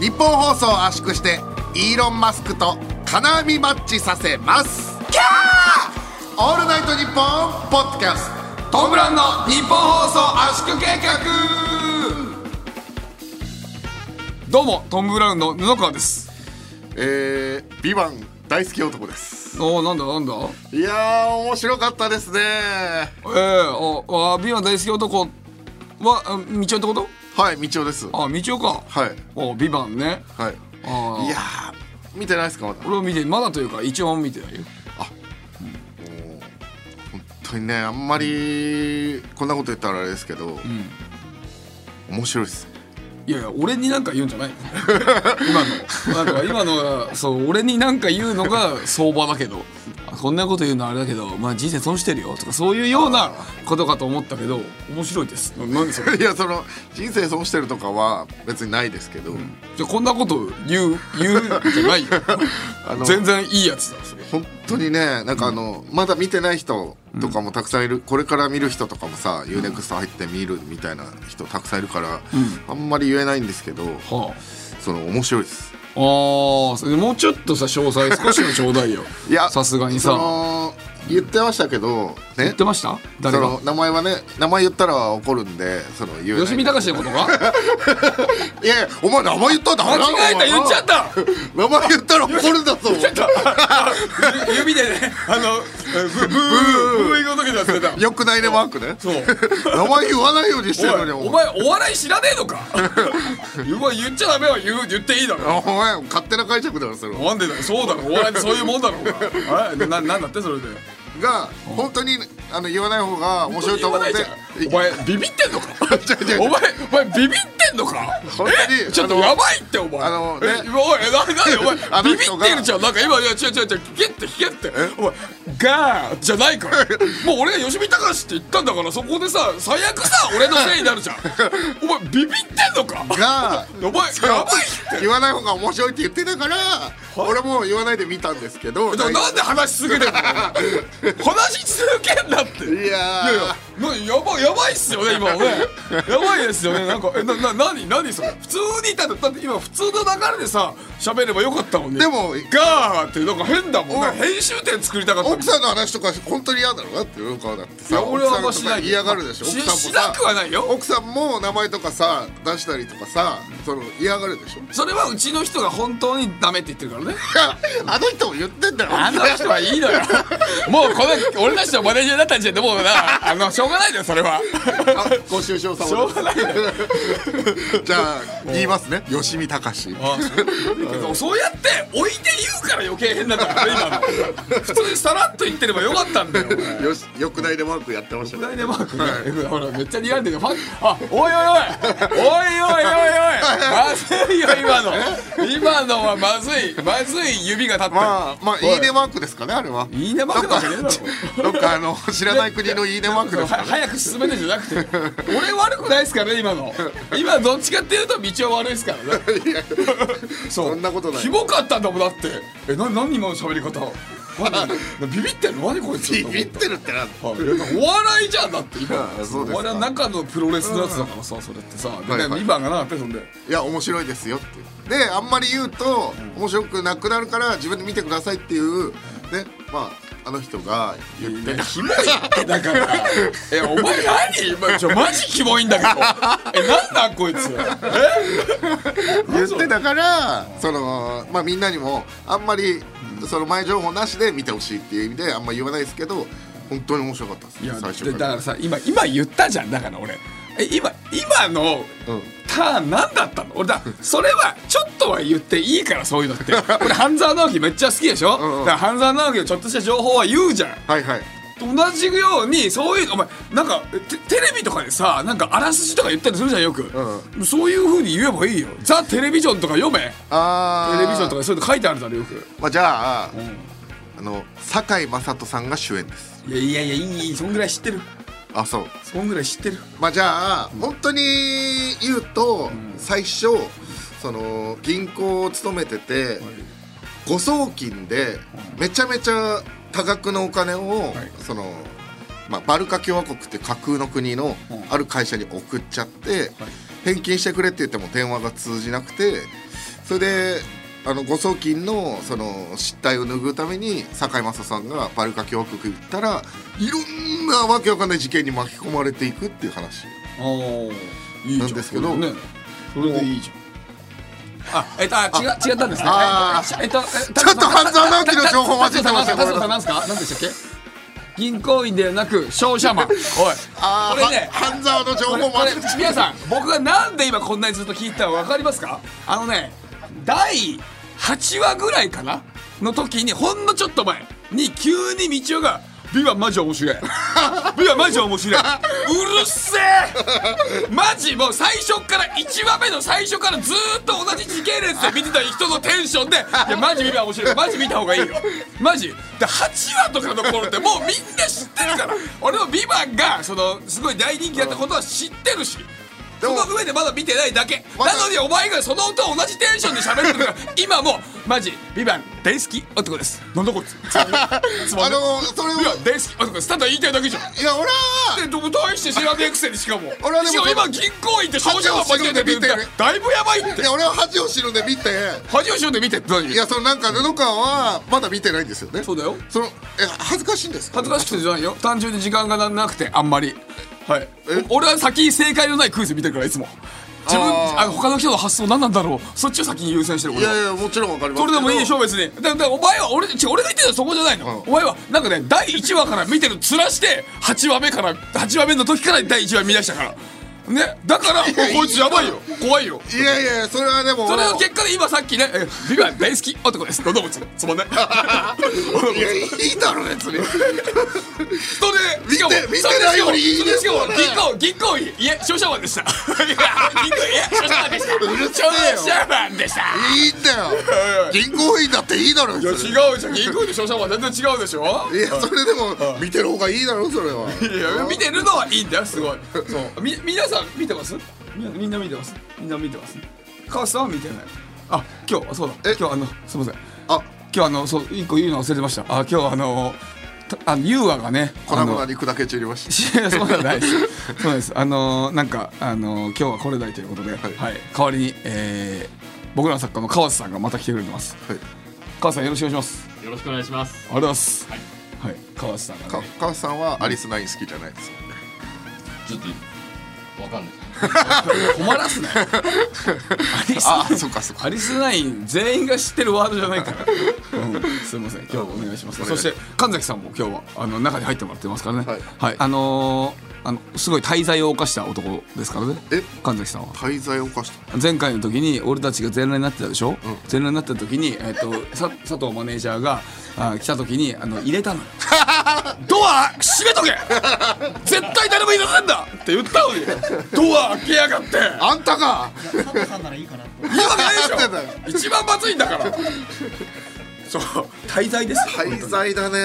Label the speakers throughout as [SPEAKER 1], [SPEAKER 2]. [SPEAKER 1] 日本放送を圧縮してイーロン・マスクと金網マッチさせますキャーオールナイトニッポンポッドキャストトムブラウンの日本放送圧縮計画
[SPEAKER 2] どうもトム・ブラウンの布川です
[SPEAKER 1] えー、ビバン大好き男です
[SPEAKER 2] おーなんだなんだ
[SPEAKER 1] いやー面白かったですね
[SPEAKER 2] えー、ああビバン大好き男はあみちおってこと
[SPEAKER 1] はいみちおですは
[SPEAKER 2] あみちおか
[SPEAKER 1] い
[SPEAKER 2] おビバンね
[SPEAKER 1] はい
[SPEAKER 2] あー
[SPEAKER 1] いやー見てないですかまだ
[SPEAKER 2] 俺は見てまだというか一応見てないよ
[SPEAKER 1] 本当にねあんまりこんなこと言ったらあれですけど、面白いです
[SPEAKER 2] いやいや俺になんか言うんじゃない今のなんか今のがそう俺になんか言うのが相場だけどあこんなこと言うのあれだけど、まあ、人生損してるよとかそういうようなことかと思ったけど面白いですな何それ
[SPEAKER 1] いやその人生損してるとかは別にないですけど、
[SPEAKER 2] じゃあこんなこと言う言うんじゃないよ
[SPEAKER 1] あの
[SPEAKER 2] 全然いいやつだそれ
[SPEAKER 1] 本当にねなんかあの、まだ見てない人とかもたくさんいる、これから見る人とかもさ UNEXT 入って見るみたいな人たくさんいるから、あんまり言えないんですけど
[SPEAKER 2] はあ
[SPEAKER 1] その面白いです
[SPEAKER 2] あーそれもうちょっとさ詳細少しはちょうだいよ
[SPEAKER 1] いや
[SPEAKER 2] さすがに
[SPEAKER 1] そ
[SPEAKER 2] さ
[SPEAKER 1] の言ってましたけど
[SPEAKER 2] 言
[SPEAKER 1] ね
[SPEAKER 2] ってました誰
[SPEAKER 1] そ
[SPEAKER 2] が
[SPEAKER 1] の名前はね名前言ったら怒るんでその言えない
[SPEAKER 2] 吉見隆のことか
[SPEAKER 1] いやいやお前名前言ったらダメだろ
[SPEAKER 2] 間違えた
[SPEAKER 1] お前
[SPEAKER 2] 言っちゃった
[SPEAKER 1] 名前言ったら怒るだぞ
[SPEAKER 2] 指でねあのブーブーブー言うことだ忘れた
[SPEAKER 1] よくないねマークね
[SPEAKER 2] そう
[SPEAKER 1] 名前言わないようにしてるのに
[SPEAKER 2] おいお前お笑い知らねえのか うわ言っちゃダメは言う言っていいだろ
[SPEAKER 1] お前勝手な解釈だろそれは
[SPEAKER 2] なんでだよそうだろお笑いってそういうもんだろお前あれななんだってそれで
[SPEAKER 1] が本当にあの言わない方が面白いと思うんで
[SPEAKER 2] 言わないじゃんお前ビビってんのか
[SPEAKER 1] 違う違う
[SPEAKER 2] お前お前ビビってんのか
[SPEAKER 1] 本当に
[SPEAKER 2] えちょっと
[SPEAKER 1] あの
[SPEAKER 2] やばいってお前
[SPEAKER 1] あのね
[SPEAKER 2] えおいえなな に
[SPEAKER 1] あ
[SPEAKER 2] お前
[SPEAKER 1] の
[SPEAKER 2] ビビ
[SPEAKER 1] 人
[SPEAKER 2] っ
[SPEAKER 1] が
[SPEAKER 2] てるじゃんなんか今いや違う違う違う聞けって聞けってお前ガーじゃないから もう俺が吉見隆って言ったんだからそこでさ最 悪さ俺のせいになるじゃんお前ビビってんのか
[SPEAKER 1] が
[SPEAKER 2] お前やばいって
[SPEAKER 1] 言わない方が面白いって言ってたから俺も言わないで見たんですけど
[SPEAKER 2] でもなんで話し続けて んの話し続けんなって
[SPEAKER 1] いやー
[SPEAKER 2] いやいやなやばいやばいっすよね今ねやばいですよねなんかえなな何何それ普通にだってだって今普通の流れでさ喋ればよかったのに
[SPEAKER 1] でも
[SPEAKER 2] ガーってなんか変だもんね編集点作りたかった
[SPEAKER 1] 奥さんの話とか本当に嫌だろうなっていうかだって
[SPEAKER 2] い
[SPEAKER 1] さ
[SPEAKER 2] や俺はあんま
[SPEAKER 1] 奥さんとか
[SPEAKER 2] しないけど
[SPEAKER 1] 嫌がるでしょ
[SPEAKER 2] し
[SPEAKER 1] 奥さんもさ
[SPEAKER 2] しなくはないよ
[SPEAKER 1] 奥さんも名前とかさ出したりとかさその嫌がるでしょ
[SPEAKER 2] それはうちの人が本当にダメって言ってるからね
[SPEAKER 1] あの人も言ってんだよ
[SPEAKER 2] あの人はいいのよ もうこの俺たちのマネージャーだった時点でもうなあのしょうがないだよそれは
[SPEAKER 1] あご愁傷様
[SPEAKER 2] しょうがないよ
[SPEAKER 1] じゃあ言いますね吉見隆
[SPEAKER 2] あそう そうやって置いて言うから余計変なんだからね今の普通にさらっと言ってればよかったんだよ
[SPEAKER 1] よしよくないでマークやってました
[SPEAKER 2] 大
[SPEAKER 1] ね
[SPEAKER 2] でマークねほらめっちゃ睨んでるよファンあおいおいおいおいおいおいおいまずいよ今の今のはまずいまずい指が立った
[SPEAKER 1] まあまあ
[SPEAKER 2] お
[SPEAKER 1] いいねマークですかねあれはい
[SPEAKER 2] いねマークなわけねえだろ
[SPEAKER 1] どっかあの知らない国のいいねマークですか
[SPEAKER 2] は
[SPEAKER 1] ね
[SPEAKER 2] 早く進めてじゃなくて俺悪くないですからね今の今どっちかっていうと道は悪いですからねそ
[SPEAKER 1] そんなことない
[SPEAKER 2] キモかったんだもんだってえな何今の喋 り方何ビビってんの何こいつ
[SPEAKER 1] ビビってるってなんだ
[SPEAKER 2] あいやお笑いじゃんだって今
[SPEAKER 1] あそうですか
[SPEAKER 2] お笑いの中のプロレスのやつだからさそれってさ
[SPEAKER 1] はいはい
[SPEAKER 2] 2番がなかったよそんで
[SPEAKER 1] いや面白いですよってであんまり言うと面白くなくなるから自分で見てくださいっていうねまああの人が言って
[SPEAKER 2] いやキモいってだからえお前何今ちょマジキモいんだけどえなんなんこいつ
[SPEAKER 1] 言ってたからそのまあみんなにもあんまりその前情報なしで見てほしいっていう意味であんま言わないですけど本当に面白かったです
[SPEAKER 2] い
[SPEAKER 1] ね
[SPEAKER 2] や
[SPEAKER 1] 最
[SPEAKER 2] で
[SPEAKER 1] 初
[SPEAKER 2] だ
[SPEAKER 1] か
[SPEAKER 2] かららさ今今言ったじゃんだから俺え今今の
[SPEAKER 1] うん
[SPEAKER 2] ターン何だったの俺だそれはちょっとは言っていいからそういうのって俺半沢直樹めっちゃ好きでしょ、
[SPEAKER 1] んうん
[SPEAKER 2] だから半沢直樹のちょっとした情報は言うじゃん
[SPEAKER 1] はいはい
[SPEAKER 2] 同じようにそういうお前なんかテテレビとかでさなんかあらすじとか言ったりするじゃんよく、
[SPEAKER 1] う
[SPEAKER 2] そういうふうに言えばいいよ「ザ・テレビジョン」とか読め
[SPEAKER 1] あ
[SPEAKER 2] テ
[SPEAKER 1] ー
[SPEAKER 2] レビジョンとかそういうの書いてあるだろよく、
[SPEAKER 1] まあじゃあ
[SPEAKER 2] う
[SPEAKER 1] あ
[SPEAKER 2] ん
[SPEAKER 1] の堺雅人さんが主演です
[SPEAKER 2] いやいやいやいいいいそんぐらい知ってる
[SPEAKER 1] あそう
[SPEAKER 2] そんぐらい知ってる
[SPEAKER 1] まあじゃあ本当に言うと最初その銀行を勤めてて誤送金でめちゃめちゃ多額のお金を
[SPEAKER 2] い
[SPEAKER 1] そのまあバルカ共和国って架空の国の
[SPEAKER 2] うん
[SPEAKER 1] ある会社に送っちゃって返金してくれって言っても電話が通じなくてそれであの誤送金のその失態を拭うために堺雅人さんがバルカ共和国行ったらいろんなわけわかんない事件に巻き込まれていくっていう話
[SPEAKER 2] おいいじゃ
[SPEAKER 1] なんですけど
[SPEAKER 2] それねそれでいいじゃんあえっとあ違う違ったんですね
[SPEAKER 1] あ
[SPEAKER 2] えっとえ
[SPEAKER 1] ちょっと半沢直樹の情報混じってましたよ
[SPEAKER 2] 田中さん何すか何でしたっけ銀行員ではなく商社マ ンおい
[SPEAKER 1] あ
[SPEAKER 2] これね
[SPEAKER 1] あ半沢の情
[SPEAKER 2] これ
[SPEAKER 1] 報
[SPEAKER 2] こ
[SPEAKER 1] もあ
[SPEAKER 2] れ
[SPEAKER 1] る
[SPEAKER 2] 皆さん僕がなんで今こんなにずっと聞いたか分かりますかあのね第8話ぐらいかなの時にほんのちょっと前に急に道夫が「ビバマジ面白い」「ビバマジ面白い」うるせえマジもう最初から1話目の最初からずーっと同じ時系列で見てた人のテンションで「いやマジビバ面白いマジ見た方がいいよマジ」で8話とかの頃ってもうみんな知ってるから俺も「ビバがそのすごい大人気だったことは知ってるし。
[SPEAKER 1] で
[SPEAKER 2] そ
[SPEAKER 1] も
[SPEAKER 2] の上でまだ見てないだけ
[SPEAKER 1] まだ
[SPEAKER 2] なのにお前がその音を同じテンションで喋ってるから 今もうマジ「ビバン大好き男ですなんだこいつつまんねえつま
[SPEAKER 1] あ
[SPEAKER 2] んね
[SPEAKER 1] のそれを
[SPEAKER 2] えビバン大好き男ですただ言いたいだけじゃん
[SPEAKER 1] いや俺は
[SPEAKER 2] でどこ大して知らねえくせにしかも
[SPEAKER 1] 俺はでも
[SPEAKER 2] しかも今銀行員って少女が間
[SPEAKER 1] 恥を
[SPEAKER 2] 違えてるって
[SPEAKER 1] 忍んで見てる
[SPEAKER 2] だいぶやばい
[SPEAKER 1] い
[SPEAKER 2] って
[SPEAKER 1] や俺は恥を知るんで見て
[SPEAKER 2] 恥をしんで見てって何
[SPEAKER 1] いやそのなんか布川はまだ見てないんですよね
[SPEAKER 2] そうだよ
[SPEAKER 1] そのえ恥ずかしいんですか
[SPEAKER 2] 恥ずかしくてじゃないよ単純に時間がななくてあんまりはいお俺は先に正解のないクイズ見てるからいつも自分
[SPEAKER 1] あー
[SPEAKER 2] あ他の人の発想何なんだろうそっちを先に優先してる
[SPEAKER 1] い
[SPEAKER 2] 俺は
[SPEAKER 1] やいやもちろんわかります
[SPEAKER 2] それでもいいでし
[SPEAKER 1] ょ
[SPEAKER 2] ょ別にだだお前は俺違う俺が言ってたのはそこじゃないの、
[SPEAKER 1] うん
[SPEAKER 2] お前はなんかね第1話から見てるつらして8話目から8話目の時から第1話見出したからねだからもうこいつやばいよ怖いよ
[SPEAKER 1] いやいやそれはでも
[SPEAKER 2] それの結果で今さっきねえ「ビバ大好き男です」「どうもつ つまんない」
[SPEAKER 1] いやいいだろ別に
[SPEAKER 2] それでしかも
[SPEAKER 1] 見て見てないよりいいです
[SPEAKER 2] それ
[SPEAKER 1] もんね
[SPEAKER 2] でしかも銀行銀行員いえ商社マンでしたいや銀行いえ商社マンでした
[SPEAKER 1] うるせえよ
[SPEAKER 2] 商社マンでした
[SPEAKER 1] いいんだよ銀行員だっていいだろ
[SPEAKER 2] いや
[SPEAKER 1] 別に
[SPEAKER 2] 違うじゃん銀行員と商社マン全然違うでしょ
[SPEAKER 1] いやそれでも見てる方がいいだろそれはい
[SPEAKER 2] や見てるのはいいんだよすごいそうみ皆さん見てますみみんな見てますみんな見てます母さんは見てないあ今日そうだ
[SPEAKER 1] え
[SPEAKER 2] 今日あのすみません
[SPEAKER 1] あ
[SPEAKER 2] 今日あのそう一個言うの忘れてましたあ今日あのたあの優雅がね
[SPEAKER 1] 粉
[SPEAKER 2] あの
[SPEAKER 1] 々に砕け散りました
[SPEAKER 2] いや そうなんないです。そうなんです。あのーなんかあのー今日は来れないということで、はいい、代わりに、えー、僕らの作家の川瀬さんがまた来てくれてます。
[SPEAKER 1] はい
[SPEAKER 2] 川瀬さんよろしくお願いします。
[SPEAKER 3] よろしくお願いします。
[SPEAKER 2] ありがとうございます。はい、川瀬さんが
[SPEAKER 1] か
[SPEAKER 2] ね。
[SPEAKER 1] 母さんはアリスナイン好きじゃないです
[SPEAKER 3] ちょっと、わかんない。
[SPEAKER 2] 困らすなよ。アリス
[SPEAKER 1] ああそうかそうか
[SPEAKER 2] アリスナイン全員が知ってるワードじゃないから。 うん、すみません。今日はお願いします。
[SPEAKER 1] お願
[SPEAKER 2] そ
[SPEAKER 1] い
[SPEAKER 2] して神崎さんも今日はあの中に入ってもらってますからね。
[SPEAKER 1] は
[SPEAKER 2] はいい。あのーあのすごい滞在を犯した男ですからね。
[SPEAKER 1] え
[SPEAKER 2] 神崎さんは。
[SPEAKER 1] 滞在を犯した
[SPEAKER 2] 前回の時に俺たちが全裸になってたでしょ、全裸になった時に、えっ とさ佐藤マネージャーがあ来た時にあの入れたの よドア閉め とけ絶対誰も入れないんだって言ったのにドア開けやがって
[SPEAKER 1] あんたが
[SPEAKER 4] 佐藤さんならいいかなと
[SPEAKER 2] いいわけ
[SPEAKER 1] なんでだよ
[SPEAKER 2] ないでしょ一番まずいんだからそう滞在です
[SPEAKER 1] 滞在だね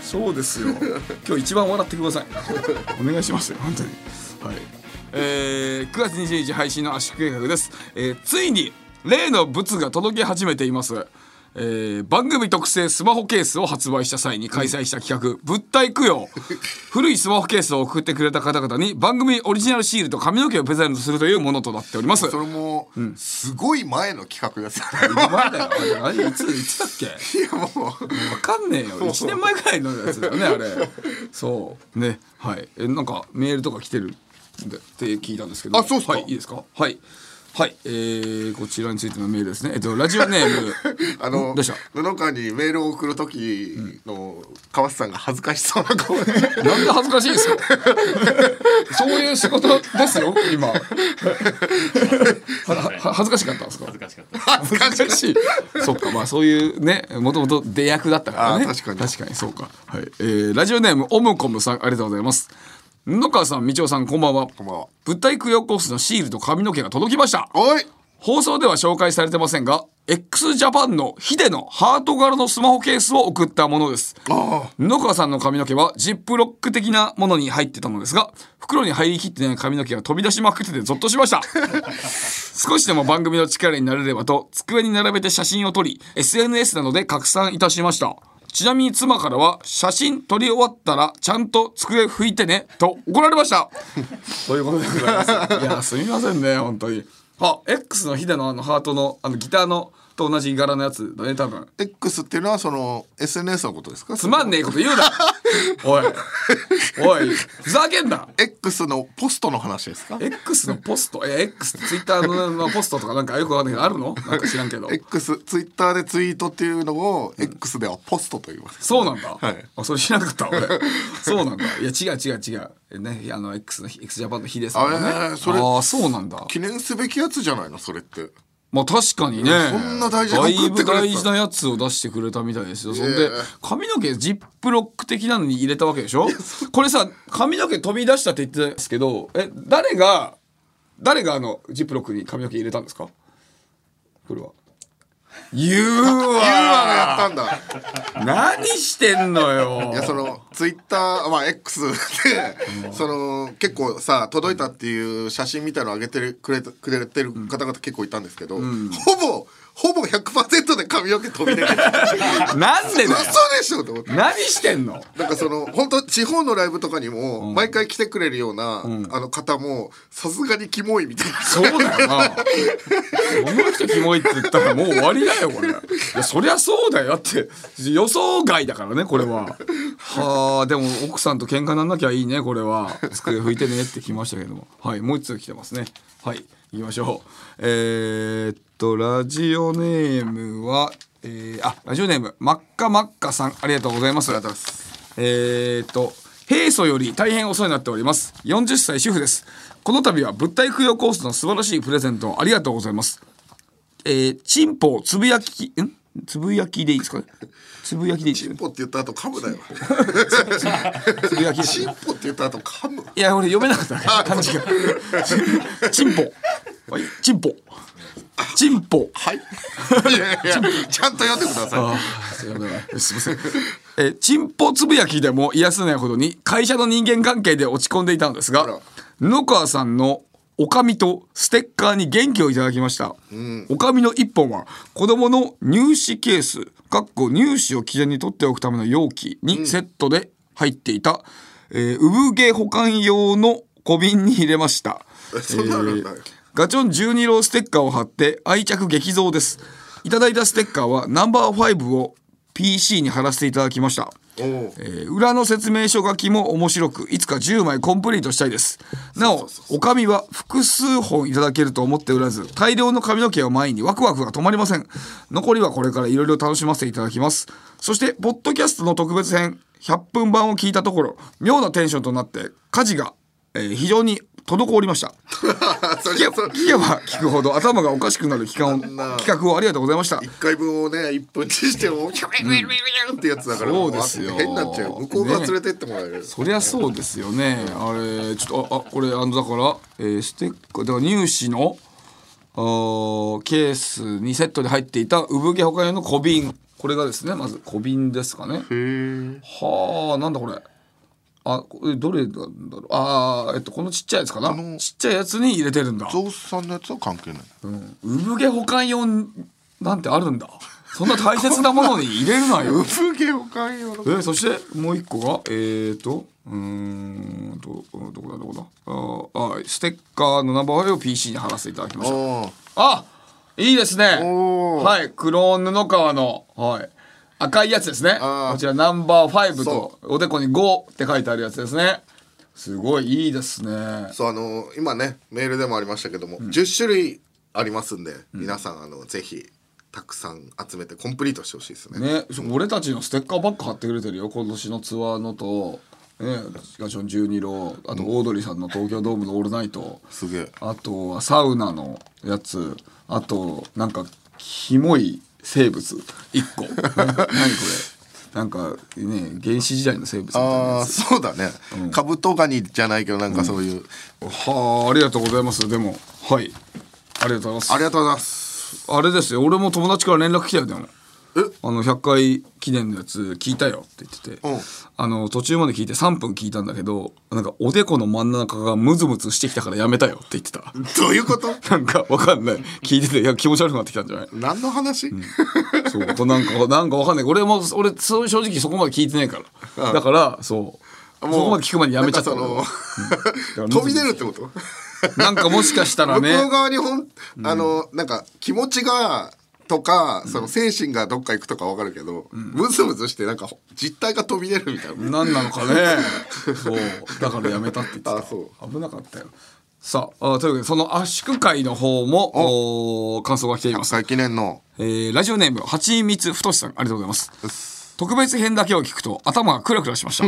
[SPEAKER 2] そうですよ。今日一番笑ってください。お願いしますよ、本当に。はい。えー、9月21日配信の圧縮計画です。えーついに例の物が届き始めています。えー番組特製スマホケースを発売した際に開催した企画、物体供養古いスマホケースを送ってくれた方々に番組オリジナルシールと髪の毛をプレゼントするというものとなっておりま す
[SPEAKER 1] それもすごい前の企画ですよね
[SPEAKER 2] 前だよあれいついつだっけ
[SPEAKER 1] いやもう
[SPEAKER 2] わかんねえよ1年前ぐらいのやつだよねあれそうねはいえなんかメールとか来てるんでって聞いたんですけど
[SPEAKER 1] あそうっすか
[SPEAKER 2] はいいいですかはいはいえー、こちらについてのメールですねえっとラジオネー ム
[SPEAKER 1] あの
[SPEAKER 2] どうした
[SPEAKER 1] 布川にメールを送る時の川瀬さんが恥ずかしそうな 顔で
[SPEAKER 2] なんで恥ずかしいんです かそういう仕事ですよ 今はは恥ずかしかったんですか
[SPEAKER 3] 恥ずかしかった。
[SPEAKER 1] 恥ずかしい
[SPEAKER 2] 難しい。 そっか、まあそういうね、もともと出役だったからね。
[SPEAKER 1] あー確かに
[SPEAKER 2] 確かにそうか。はい。えーラジオネーム、オムコムさん、ありがとうございます。野川さん、みちおさん、こんばんは。
[SPEAKER 1] こんばんは
[SPEAKER 2] 物体供養コースのシールと髪の毛が届きました。
[SPEAKER 1] おい
[SPEAKER 2] 放送では紹介されてませんが、x ジャパンのヒデのハート柄のスマホケースを送ったものです。
[SPEAKER 1] あ
[SPEAKER 2] 野川さんの髪の毛はジップロック的なものに入ってたのですが袋に入りきってない髪の毛が飛び出しまくっててゾッとしました少しでも番組の力になれればと机に並べて写真を撮り SNS などで拡散いたしましたちなみに妻からは写真撮り終わったらちゃんと机拭いてねと怒られましたということでございますいやすみませんね本当にあ X のヒデのあのハートのあのギターのと同じ柄のやつだね多分
[SPEAKER 1] X っていうのはその SNS のことですか
[SPEAKER 2] つまんねえこと言 うなおいおいふざけんな
[SPEAKER 1] X のポストの話ですか
[SPEAKER 2] X のポストえ X ってツイッターのまあポストとかなんかよくわかんないけどあるのなんか知らんけど
[SPEAKER 1] X ツイッターでツイートっていうのを X ではポストと言います、
[SPEAKER 2] そうなんだ、
[SPEAKER 1] はい
[SPEAKER 2] あそれ知らなかった俺そうなんだいや違う違う違うねあの X の X ジャパンのヒデさんのね
[SPEAKER 1] あえーそれ
[SPEAKER 2] ああそうなんだ
[SPEAKER 1] 記念すべきやつじゃないのそれって
[SPEAKER 2] まあ確かにね。
[SPEAKER 1] そんな大事な
[SPEAKER 2] だ
[SPEAKER 1] の
[SPEAKER 2] い
[SPEAKER 1] 送っ
[SPEAKER 2] ぶ
[SPEAKER 1] てくれてた
[SPEAKER 2] 大事なやつを出してくれたみたいですよ。そん
[SPEAKER 1] ええ
[SPEAKER 2] で、髪の毛ジップロック的なのに入れたわけでしょこれさ、髪の毛飛び出したって言ってたんですけど、え、誰が、誰があの、ジップロックに髪の毛入れたんですかこれは。言う
[SPEAKER 1] あ
[SPEAKER 2] わ
[SPEAKER 1] やったんだ
[SPEAKER 2] 何してんのよ
[SPEAKER 1] いやそのツイッターまあ X でその結構さ届いたっていう写真みたいの上げてるくれてくれてる方々結構いたんですけど、ほぼほぼ100%で髪の毛飛び 出てる
[SPEAKER 2] なんで
[SPEAKER 1] 嘘
[SPEAKER 2] だよ
[SPEAKER 1] でしょと思って。
[SPEAKER 2] 何してんの
[SPEAKER 1] なんかその本当地方のライブとかにも毎回来てくれるような、あの方もさすがにキモいみたいな
[SPEAKER 2] そうだよな。この人キモいって言ったらもう終わりだよ、これ。いや、そりゃそうだよ。だって、予想外だからね、これは。はあ、でも奥さんと喧嘩なんなきゃいいね、これは。机拭いてねってきましたけども。はい、もう一通来てますね。はい、行きましょう。えー、っと、ラジオネームは、えー、あ、ラジオネーム、真っ赤真っ赤さん、ありがとうございます。ありがとうございます。えー、っと、平素より大変お世話になっております。40歳主婦です。この度は物体供養コースの素晴らしいプレゼントをありがとうございます。えー、チンポをつぶやき、んつぶやきでいいですかねつぶやきでいいで
[SPEAKER 1] チ
[SPEAKER 2] すか
[SPEAKER 1] ン
[SPEAKER 2] ね
[SPEAKER 1] ポって言った後噛むだよ
[SPEAKER 2] つぶやきです
[SPEAKER 1] チン
[SPEAKER 2] ね。
[SPEAKER 1] ポって言った後噛む
[SPEAKER 2] いや、俺読めなかったね。漢字が。チンポ。はい、チンポ。チンポ。
[SPEAKER 1] はいいやいやちゃんと読んでください
[SPEAKER 2] ああ、すいません。すいません。え、チンポつぶやきでも癒せないほどに会社の人間関係で落ち込んでいたのです
[SPEAKER 1] ら
[SPEAKER 2] が、布川さんのおかみとステッカーに元気をいただきました。おかみの一本は子供の入試ケース、かっこ入試を記念に取っておくための容器にセットで入っていた、えー産毛保管用の小瓶に入れました。
[SPEAKER 1] そんなのあるんだよ
[SPEAKER 2] ガチョン12ローステッカーを貼って愛着激増です。いただいたステッカーはナンバー5を PC に貼らせていただきました。
[SPEAKER 1] おう
[SPEAKER 2] えー裏の説明書書きも面白くいつか10枚コンプリートしたいですなおおかみは複数本いただけると思っておらず大量の髪の毛を前にワクワクが止まりません残りはこれからいろいろ楽しませていただきますそしてポッドキャストの特別編100分版を聞いたところ妙なテンションとなって家事が、えー非常に滞りました聞け聞けば聞くほど頭がおかしくなる期間を企画をありがとうございました
[SPEAKER 1] 一回分をね一分にしてもキャビャビャビャってやつだから、
[SPEAKER 2] そうですよ
[SPEAKER 1] もう変になっちゃう向こうが連れてってもらえる、
[SPEAKER 2] そりゃそうですよね。あれ、ちょっと、あ、あ、これ、あの、だから、えーステッカー、だから入試の、あーケースにセットで入っていた産毛保管用の小瓶。これがですね、まず小瓶ですかね。はあ、なんだこれ。あ、これどれなんだろう。ああ、えっと、このちっちゃいやつかな。ちっちゃいやつに入れてるんだ。
[SPEAKER 1] ゾウさんのやつは関係ない
[SPEAKER 2] 産毛保管用なんてあるんだ。そんな大切なものに入れるなよ。
[SPEAKER 1] 産毛を変えよう
[SPEAKER 2] えーそしてもう一個がえっ、ー、とうーんとどどこだどこだあーあーステッカーのナンバーを PC に貼らせていただきました
[SPEAKER 1] あ
[SPEAKER 2] あいいですね
[SPEAKER 1] おー
[SPEAKER 2] はい黒布川の、はい、赤いやつですね
[SPEAKER 1] あー
[SPEAKER 2] こちらナンバー5と
[SPEAKER 1] そ
[SPEAKER 2] おでこに5って書いてあるやつですねすごいいいですね
[SPEAKER 1] そうあの今ねメールでもありましたけども、10種類ありますんで、皆さんあのぜひたくさん集めてコンプリートしてほしいですね
[SPEAKER 2] ね、そう俺たちのステッカーばっか貼ってくれてるよ今年のツアーのと、ね、ガション12郎あとオードリーさんの東京ドームの「オールナイト」
[SPEAKER 1] すげえ
[SPEAKER 2] あとはサウナのやつあとなんかキモい生物1個な何これなんかね原始時代の生物みたいな
[SPEAKER 1] あ
[SPEAKER 2] や
[SPEAKER 1] あ
[SPEAKER 2] つ
[SPEAKER 1] そうだね、カブトガニじゃないけどなんかそういう、
[SPEAKER 2] はあありがとうございますでもはいありがとうございます
[SPEAKER 1] ありがとうござい ます
[SPEAKER 2] あれですよ俺も友達から連絡来たよでも
[SPEAKER 1] え
[SPEAKER 2] あの100回記念のやつ聞いたよって言ってて、
[SPEAKER 1] うん
[SPEAKER 2] あの途中まで聞いて3分聞いたんだけどなんかおでこの真ん中がムズムズしてきたからやめたよって言ってた
[SPEAKER 1] どういうこと
[SPEAKER 2] なんかわかんない聞いてていや気持ち悪くなってきたんじゃない
[SPEAKER 1] 何の話、
[SPEAKER 2] そうこうなんかなんかわかんない俺も俺そう正直そこまで聞いてないからだからそうそこまで聞くまでやめちゃった
[SPEAKER 1] なんかその
[SPEAKER 2] 俺
[SPEAKER 1] 飛び出るってこと
[SPEAKER 2] なんかもしかしたらね
[SPEAKER 1] 向こう側にほん、あのなんか気持ちがとかその精神がどっか行くとかわかるけど、ムズムズしてなんか実態が飛び出るみたいな。
[SPEAKER 2] 何なのかねそうだからやめたって言ってた
[SPEAKER 1] あそ
[SPEAKER 2] 危なかったよさああというわけでその圧縮会の方もお感想が来ています、
[SPEAKER 1] 最記念の
[SPEAKER 2] えーラジオネームはちみつふとしさんありがとうございます特別編だけを聞くと頭がクラクラしました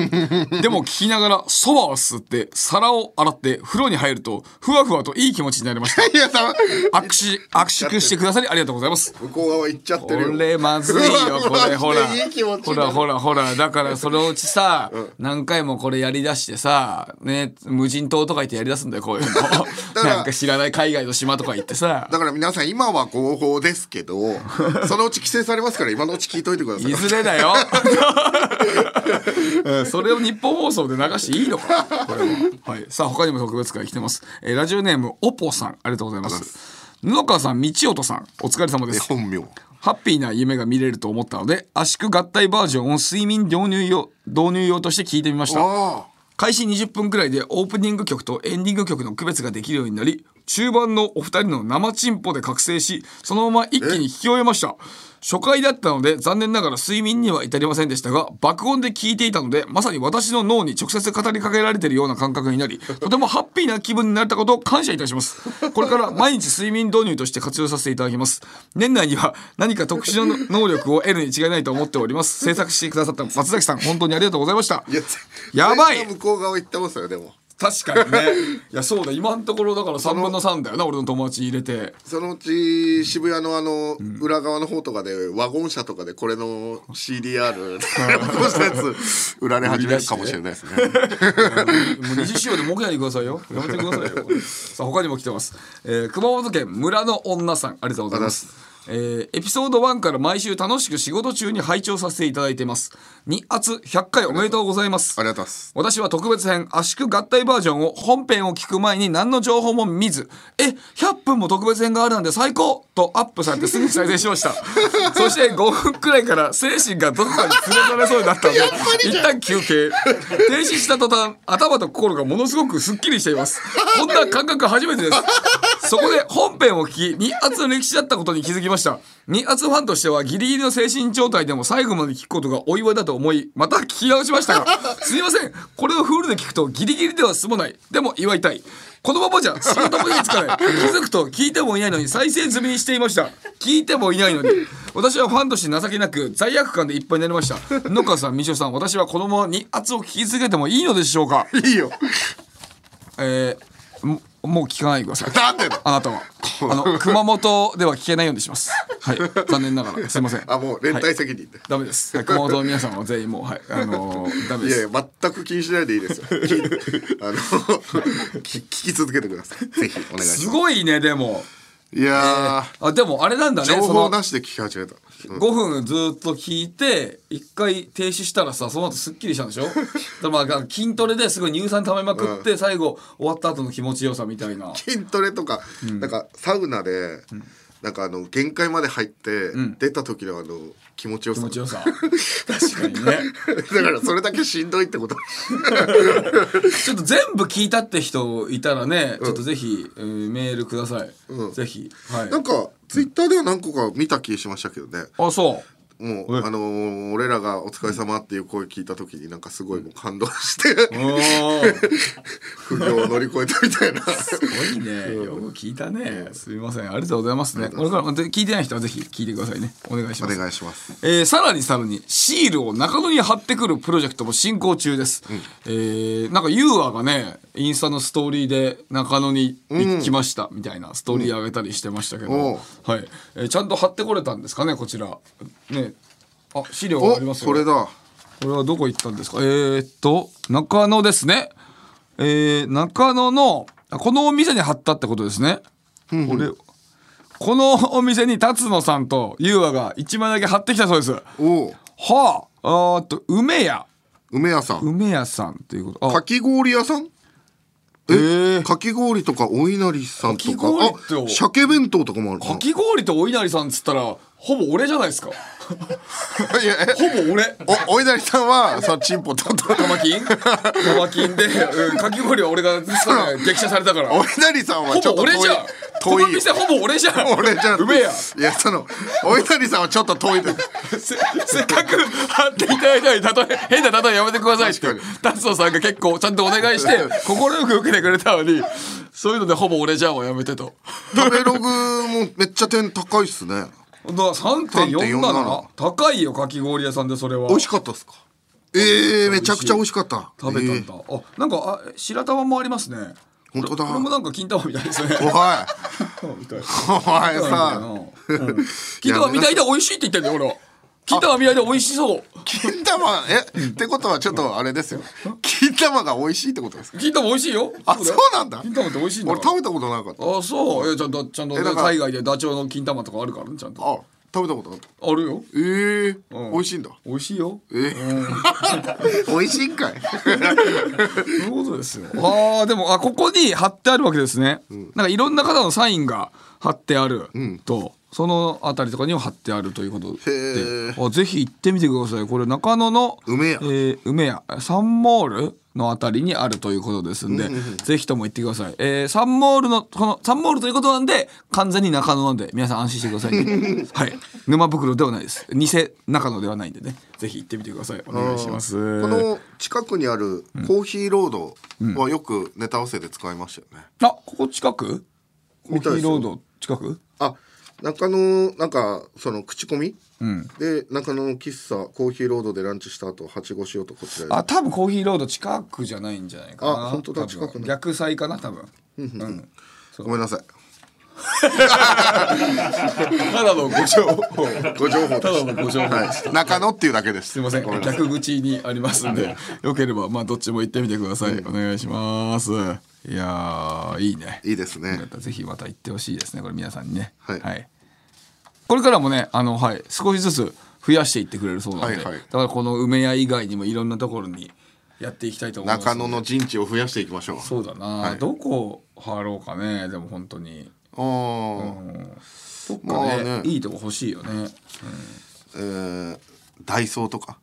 [SPEAKER 2] でも聞きながらそばをすって皿を洗って風呂に入るとふわふわといい気持ちになりまし た
[SPEAKER 1] いやさ
[SPEAKER 2] 握手握手してくださりありがとうございます
[SPEAKER 1] 向こう側行っちゃって
[SPEAKER 2] こ
[SPEAKER 1] るよ。
[SPEAKER 2] れまずい よ
[SPEAKER 1] うわうわ
[SPEAKER 2] これほら
[SPEAKER 1] いい気持ち
[SPEAKER 2] ほ
[SPEAKER 1] にな
[SPEAKER 2] ら
[SPEAKER 1] る
[SPEAKER 2] ほらほらだからそのうちさ、何回もこれやりだしてさね無人島とか行ってやりだすんだよこ ういうの
[SPEAKER 1] ら
[SPEAKER 2] なんか知らない海外の島とか行ってさ
[SPEAKER 1] だから皆さん今は合法ですけど そのうち規制されますから今のうち聞いといてくださ
[SPEAKER 2] い
[SPEAKER 1] い。
[SPEAKER 2] ずれだよ、 うんそれを日本放送で流していいのかこれは、はい、さあ他にも特別会来てます、えーラジオネームおぽさんありがとうございます布川さん道音さんお疲れ様です
[SPEAKER 1] 本名。
[SPEAKER 2] ハッピーな夢が見れると思ったので圧縮合体バージョンを睡眠導入用導入用として聞いてみました
[SPEAKER 1] あ
[SPEAKER 2] 開始20分くらいでオープニング曲とエンディング曲の区別ができるようになり中盤のお二人の生チンポで覚醒しそのまま一気に聞き終えました初回だったので残念ながら睡眠には至りませんでしたが爆音で聞いていたのでまさに私の脳に直接語りかけられているような感覚になりとてもハッピーな気分になれたことを感謝いたしますこれから毎日睡眠導入として活用させていただきます年内には何か特殊な能力を得るに違いないと思っております制作してくださった松崎さん本当にありがとうございました
[SPEAKER 1] あ。いや
[SPEAKER 2] やばい
[SPEAKER 1] 絶対向こう側行ってますよでも。
[SPEAKER 2] 確かにねいやそうだ今のところだから3分の3だよな俺の友達入れて
[SPEAKER 1] そのうち渋谷のあの裏側の方とかでワゴン車とかでこれ の CDR ワゴン車のやつ売られ始めるかもしれないですね。
[SPEAKER 2] もう20周で儲けないでくださいよやめてくださいよこれさあ他にも来てます、えー熊本県村の女さんありがとうございますえーエピソード1から毎週楽しく仕事中に拝聴させていただいてます2圧100回おめでとうございます
[SPEAKER 1] ありがとうございます。
[SPEAKER 2] 私は特別編圧縮合体バージョンを本編を聞く前に何の情報も見ず「え100分も特別編があるなんて最高!」とアップされてすぐ再生しましたそして5分くらいから精神がどこかに連れ去れそうになったので一旦休憩停止した途端頭と心がものすごくすっきりしていますこんな感覚初めてですそこで本編を聞き2圧の歴史だったことに気づきました2圧ファンとしてはギリギリの精神状態でも最後まで聞くことがお祝いだと思いまた聞き直しましたがすいませんこれをフールで聞くとギリギリでは済まないでも祝いたいこのままじゃ仕事も手につかない気づくと聞いてもいないのに再生済みにしていました聞いてもいないのに私はファンとして情けなく罪悪感でいっぱいになりました野川さんみちおさん私はこのまま2圧を聞き続けてもいいのでしょうか
[SPEAKER 1] いいよ。
[SPEAKER 2] えーももう聞かないでください
[SPEAKER 1] なんでだ。
[SPEAKER 2] あ なたは。あの、熊本では聞けないようにします。はい。残念な がら。すいません。
[SPEAKER 1] あもう連帯
[SPEAKER 2] はい
[SPEAKER 1] 責任で。
[SPEAKER 2] ダメで す。はい熊本の皆さんは全員もう、はい。あのーダメ
[SPEAKER 1] い
[SPEAKER 2] で
[SPEAKER 1] やい
[SPEAKER 2] す。
[SPEAKER 1] や全く気にしないでいいですよ。き あの き聞き続けてください。ぜひお願いします
[SPEAKER 2] す。ごいね、でも。
[SPEAKER 1] いや
[SPEAKER 2] あ、でもあれなんだ
[SPEAKER 1] ー、
[SPEAKER 2] ね。
[SPEAKER 1] 情
[SPEAKER 2] そ
[SPEAKER 1] 報
[SPEAKER 2] の
[SPEAKER 1] なしで聞き始めた。うん
[SPEAKER 2] 5分ずっと聞いて一回停止したらさその後すっきりしたん でしょだからまあが筋トレですごい乳酸溜めまくって、最後終わった後の気持ちよさみた いな
[SPEAKER 1] 筋トレとか、なんかサウナで、なんかあの限界まで入って、出た時のあの気持ちよ
[SPEAKER 2] 気
[SPEAKER 1] さ
[SPEAKER 2] 持。ちよさ確かにね
[SPEAKER 1] だからそれだけしんどいってこと。
[SPEAKER 2] ちょっと全部聞いたって人いたらね、ちょっとぜひ、えーメールください。ぜひ。はい。
[SPEAKER 1] なんかツイッターでは何個か見た気しましたけどね。
[SPEAKER 2] あ、そ
[SPEAKER 1] も
[SPEAKER 2] え
[SPEAKER 1] うあのー俺らがお疲れ様っていう声聞いた時になんかすごいもう感動して、
[SPEAKER 2] う。おー
[SPEAKER 1] 苦行を乗り越えたみたいな。
[SPEAKER 2] すごいね。よく聞いたね。すみません。ありがとうございますね。これから、で聞いてない人はぜひ聞いてくださいね。 お願いし
[SPEAKER 1] お
[SPEAKER 2] ます。
[SPEAKER 1] 願いします。
[SPEAKER 2] えーさらにさらにシールを中野に貼ってくるプロジェクトも進行中です、えーなんかユーアがねインスタのストーリーで中野に行きましたみたいなストーリー上げたりしてましたけど、
[SPEAKER 1] おう
[SPEAKER 2] はいえーちゃんと貼ってこれたんですかねこちらねあ資料があり
[SPEAKER 1] お、
[SPEAKER 2] ます
[SPEAKER 1] そ
[SPEAKER 2] よ
[SPEAKER 1] れだ。
[SPEAKER 2] これはどこ行ったんですかえー、っと中野ですねえー、中野のあこのお店に貼ったってことですね、これこのお店に辰野さんと優和が1枚だけ貼ってきたそうです
[SPEAKER 1] お、
[SPEAKER 2] はああーっと梅屋
[SPEAKER 1] 梅屋さん。
[SPEAKER 2] 梅屋さんっていうことあ
[SPEAKER 1] かき氷屋さん。
[SPEAKER 2] えーか
[SPEAKER 1] かき氷とかお稲荷さんと
[SPEAKER 2] かき氷
[SPEAKER 1] か。
[SPEAKER 2] と
[SPEAKER 1] あ、鮭弁当とかもあるな。
[SPEAKER 2] き氷とお稲荷さんっつったらほぼ俺じゃないですか
[SPEAKER 1] いやえ
[SPEAKER 2] ほぼ俺
[SPEAKER 1] おお稲荷さんはそのチンポとと
[SPEAKER 2] カマキンカマキンで、うん、かき氷は俺が 激写されたから
[SPEAKER 1] お
[SPEAKER 2] ほ
[SPEAKER 1] 稲荷さんはちょっ
[SPEAKER 2] ぼ
[SPEAKER 1] と遠い
[SPEAKER 2] 俺じゃんこ
[SPEAKER 1] 遠い
[SPEAKER 2] の
[SPEAKER 1] よ
[SPEAKER 2] 店ほぼ俺じゃん
[SPEAKER 1] 俺じゃん
[SPEAKER 2] うめえや
[SPEAKER 1] いやそのお稲荷さんはちょっと遠いです
[SPEAKER 2] せ せっかく貼っていただいたのに例え変な例えやめてくださいって
[SPEAKER 1] 確か
[SPEAKER 2] 達夫さんが結構ちゃんとお願いして快く受けてくれたのにそういうのでほぼ俺じゃんはやめてと
[SPEAKER 1] 食べログもめっちゃ点高いっすね
[SPEAKER 2] だから3.47
[SPEAKER 1] 3.47
[SPEAKER 2] 高いよかき氷屋さんでそれは
[SPEAKER 1] 美味しかったっすかええめちゃくちゃ美味しかった
[SPEAKER 2] 食べたん
[SPEAKER 1] え
[SPEAKER 2] だ、あなんかあ白玉もありますね
[SPEAKER 1] 本当だ
[SPEAKER 2] これもなんか金玉みたいですね
[SPEAKER 1] えおい お前さ
[SPEAKER 2] うん金玉みたいで美味しいって言ってんだよ俺は金玉みたいで美味しそう
[SPEAKER 1] 金玉えってことはちょっとあれですよ金玉が美味しいってことですか
[SPEAKER 2] 金玉美味しいよ
[SPEAKER 1] あ
[SPEAKER 2] だ
[SPEAKER 1] そう
[SPEAKER 2] よ
[SPEAKER 1] なんだ
[SPEAKER 2] 金玉って美味しいんだ
[SPEAKER 1] 俺
[SPEAKER 2] から
[SPEAKER 1] 食べたことなかった
[SPEAKER 2] あそうえちゃんとちゃんと
[SPEAKER 1] えだ
[SPEAKER 2] ね
[SPEAKER 1] から
[SPEAKER 2] 海外でダチョウの金玉とかあるからねちゃんと
[SPEAKER 1] あ食べたことなかった
[SPEAKER 2] あるよ
[SPEAKER 1] ええ美味しいんだ
[SPEAKER 2] 美味しいよ
[SPEAKER 1] ええ美味しいんかい
[SPEAKER 2] そういうことですよああでもあここに貼ってあるわけですね、なんかいろんな方のサインが貼ってあると、そのあたりとかにも貼ってあるということ
[SPEAKER 1] へ
[SPEAKER 2] であぜひ行ってみてくださいこれ中野の
[SPEAKER 1] 梅屋
[SPEAKER 2] えー梅屋サンモールのあたりにあるということですんで、ぜひとも行ってください、えーサンモールのこのサンモールということなんで完全に中野なんで皆さん安心してくださいね、 はい沼袋ではないです偽中野ではないんでねぜひ行ってみてくださいお願いします
[SPEAKER 1] この近くにあるコーヒーロードはよくネタ合わせで使いましたよね、
[SPEAKER 2] あ、ここ近くコー
[SPEAKER 1] み
[SPEAKER 2] ヒ
[SPEAKER 1] たいで
[SPEAKER 2] ー
[SPEAKER 1] すよ
[SPEAKER 2] ロード近く
[SPEAKER 1] あ中野なんかその口コミ、で中野の喫茶コーヒーロードでランチした後はしごしようとこちらへ
[SPEAKER 2] あ、多分コーヒーロード近くじゃないんじゃないかな。
[SPEAKER 1] あ本当だ
[SPEAKER 2] 多分
[SPEAKER 1] 近くね
[SPEAKER 2] 逆サイかな、多分。うん。
[SPEAKER 1] ごめんなさい
[SPEAKER 2] ただのご情報。
[SPEAKER 1] ご情報で
[SPEAKER 2] ただ
[SPEAKER 1] し
[SPEAKER 2] の
[SPEAKER 1] た
[SPEAKER 2] ご情報。
[SPEAKER 1] はい、中野っていうだけです
[SPEAKER 2] すいません。逆口にありますんで、よければ、まあ、どっちも行ってみてください。お願いします。いやー、いいね。
[SPEAKER 1] いいですね
[SPEAKER 2] よかったらぜひまた行ってほしいですねこれ皆さんにね、
[SPEAKER 1] はい
[SPEAKER 2] これからもねあの、はい、少しずつ増やしていってくれるそうなんで、
[SPEAKER 1] はいはい
[SPEAKER 2] だからこの梅屋以外にもいろんなところにやっていきたいと思います
[SPEAKER 1] 中野の陣地を増やしていきましょう
[SPEAKER 2] そうだな、
[SPEAKER 1] はい
[SPEAKER 2] どこ貼ろうかねでも本当に
[SPEAKER 1] あー、
[SPEAKER 2] どっかね,、
[SPEAKER 1] まあね
[SPEAKER 2] いいとこ欲しいよね
[SPEAKER 1] えーダイソーとか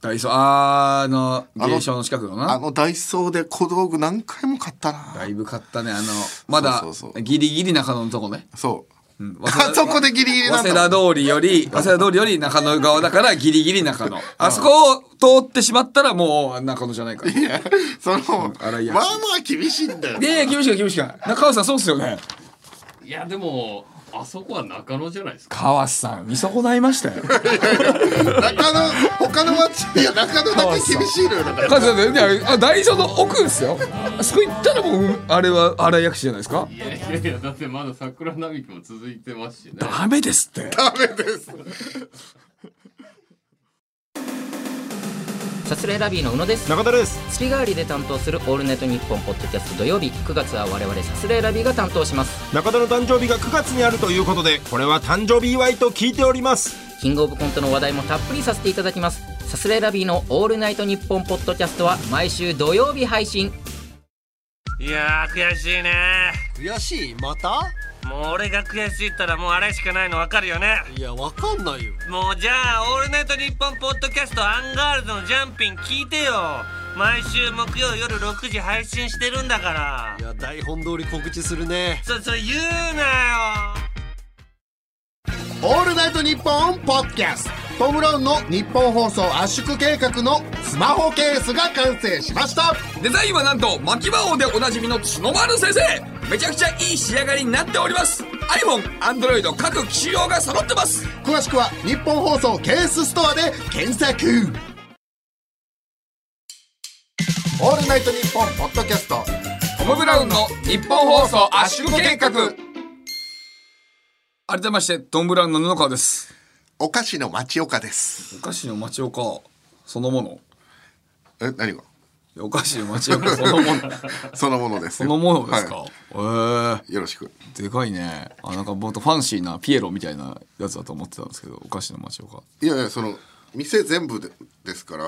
[SPEAKER 2] ダイソーあーあの
[SPEAKER 1] の
[SPEAKER 2] 芸商の近くのな
[SPEAKER 1] あのダイソーで小道具何回も買ったな
[SPEAKER 2] だいぶ買ったねあのまだ
[SPEAKER 1] そうそうそう
[SPEAKER 2] ギリギリ中野のとこね
[SPEAKER 1] そう、
[SPEAKER 2] ん
[SPEAKER 1] あそこでギリギリな
[SPEAKER 2] 早
[SPEAKER 1] んだ
[SPEAKER 2] 稲田通りよ り早稲田通りより中野側だからギリギリ中野あそこを通ってしまったらもう中野じゃないから
[SPEAKER 1] いやその、
[SPEAKER 2] 荒いやつ
[SPEAKER 1] まあまあ厳しいんだよ
[SPEAKER 2] いやいや厳しいか厳しいか中川さんそうっすよね
[SPEAKER 3] いやでもあそこは中野じゃないですか。
[SPEAKER 2] 川さん見損ないま したよ
[SPEAKER 1] 中野他の町いや中野だけ厳しいのよだから
[SPEAKER 2] 川さんねいやあ大書の奥ですよあそこ行ったらもうあれは荒井薬師じゃないですか
[SPEAKER 3] いやいやいやだってまだ桜並木も続いてますしね。
[SPEAKER 2] ダメですって
[SPEAKER 1] ダメです
[SPEAKER 4] サスレラビーの宇野です
[SPEAKER 5] 中田です
[SPEAKER 4] 月替わりで担当する「オールネットニッポン」ポッドキャスト土曜日9月は我々サスレラビーが担当します
[SPEAKER 5] 中田の誕生日が9月にあるということでこれは誕生日祝いと聞いております
[SPEAKER 4] キングオブコントの話題もたっぷりさせていただきますサスレラビーの「オールナイトニッポン」ポッドキャストは毎週土曜日配信
[SPEAKER 6] いやー悔しいね
[SPEAKER 7] 悔しいまた
[SPEAKER 6] もう俺が悔しいったらもうあれしかないの分かるよね
[SPEAKER 7] いやわかんないよ
[SPEAKER 6] もうじゃあ「オールナイトニッポン」ポッドキャストアンガールズのジャンピン聞いてよ毎週木曜夜6時配信してるんだから
[SPEAKER 7] いや台本通り告知するね
[SPEAKER 6] そそれ言うなよ
[SPEAKER 1] 「オールナイトニッポン」ポッドキャストトム・ブラウンの日本放送圧縮計画のスマホケースが完成しました
[SPEAKER 2] デザインはなんと巻き魔王でおなじみの角丸先生めちゃくちゃいい仕上がりになっております iPhone、Android 各機種用が揃ってます
[SPEAKER 1] 詳しくは日本放送ケースストアで検索「オールナイトニッポン」ポッドキャスト
[SPEAKER 2] トム・ブラウンの日本放送圧縮計画改めましてトム・ブラウンの布川です
[SPEAKER 1] お菓子の町岡です
[SPEAKER 2] お菓子の町岡そのもの
[SPEAKER 1] え何が
[SPEAKER 2] いやお菓子の町岡そのもの
[SPEAKER 1] そのものです
[SPEAKER 2] そ
[SPEAKER 1] よ
[SPEAKER 2] のものですか、
[SPEAKER 1] は
[SPEAKER 2] えー
[SPEAKER 1] いよろしく
[SPEAKER 2] でかいねあなんかもっとファンシーなピエロみたいなやつだと思ってたんですけどお菓子の町岡
[SPEAKER 1] いやいやその店全部でですから、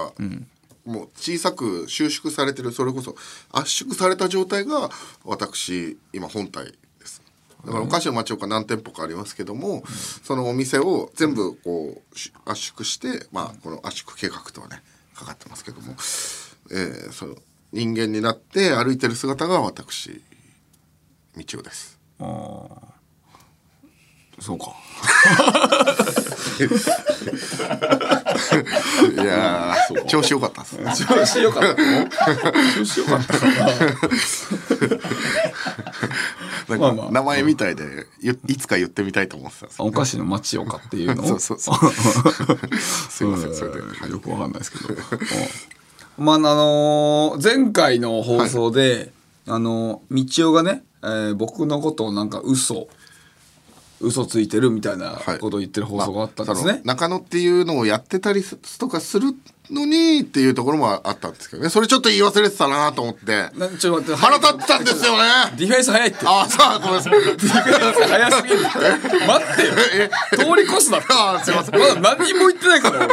[SPEAKER 1] もう小さく収縮されてるそれこそ圧縮された状態が私今本体ですだからお菓子の町岡何店舗かありますけども、そのお店を全部こうし圧縮して、まあ、この圧縮計画とはねかかってますけども、えー、その人間になって歩いてる姿が私道夫です。
[SPEAKER 2] そうか
[SPEAKER 1] いやー 調子良かったですね。
[SPEAKER 2] 調子よかった調子よかった
[SPEAKER 1] なん
[SPEAKER 2] まあ
[SPEAKER 1] か
[SPEAKER 2] まあ
[SPEAKER 1] 名前みたいでゆいつか言ってみたいと思ってたんですよ
[SPEAKER 2] お菓子の町岡っていうの
[SPEAKER 1] そうそうそうすいませんそれで
[SPEAKER 2] うんよくわかんないですけど。うんまあ、あのー前回の放送で、あのー、道夫がね、えー僕のことをなんか嘘、嘘ついてるみたいな
[SPEAKER 1] はい
[SPEAKER 2] ことを言ってる放送があったんです
[SPEAKER 1] まあ
[SPEAKER 2] ね
[SPEAKER 1] その。中野っていうのをやってたりすとかするのにっていうところもあったんですけどねそれちょっと言い忘れてたなと思って
[SPEAKER 2] なちょっと待って
[SPEAKER 1] 腹立ってたんですよね
[SPEAKER 2] ディフェンス早いって。
[SPEAKER 1] ああさあごめんなさい
[SPEAKER 2] 早すぎる。待ってよ。通り越すだろ。
[SPEAKER 1] あーすいません
[SPEAKER 2] まだ何にも言ってないから、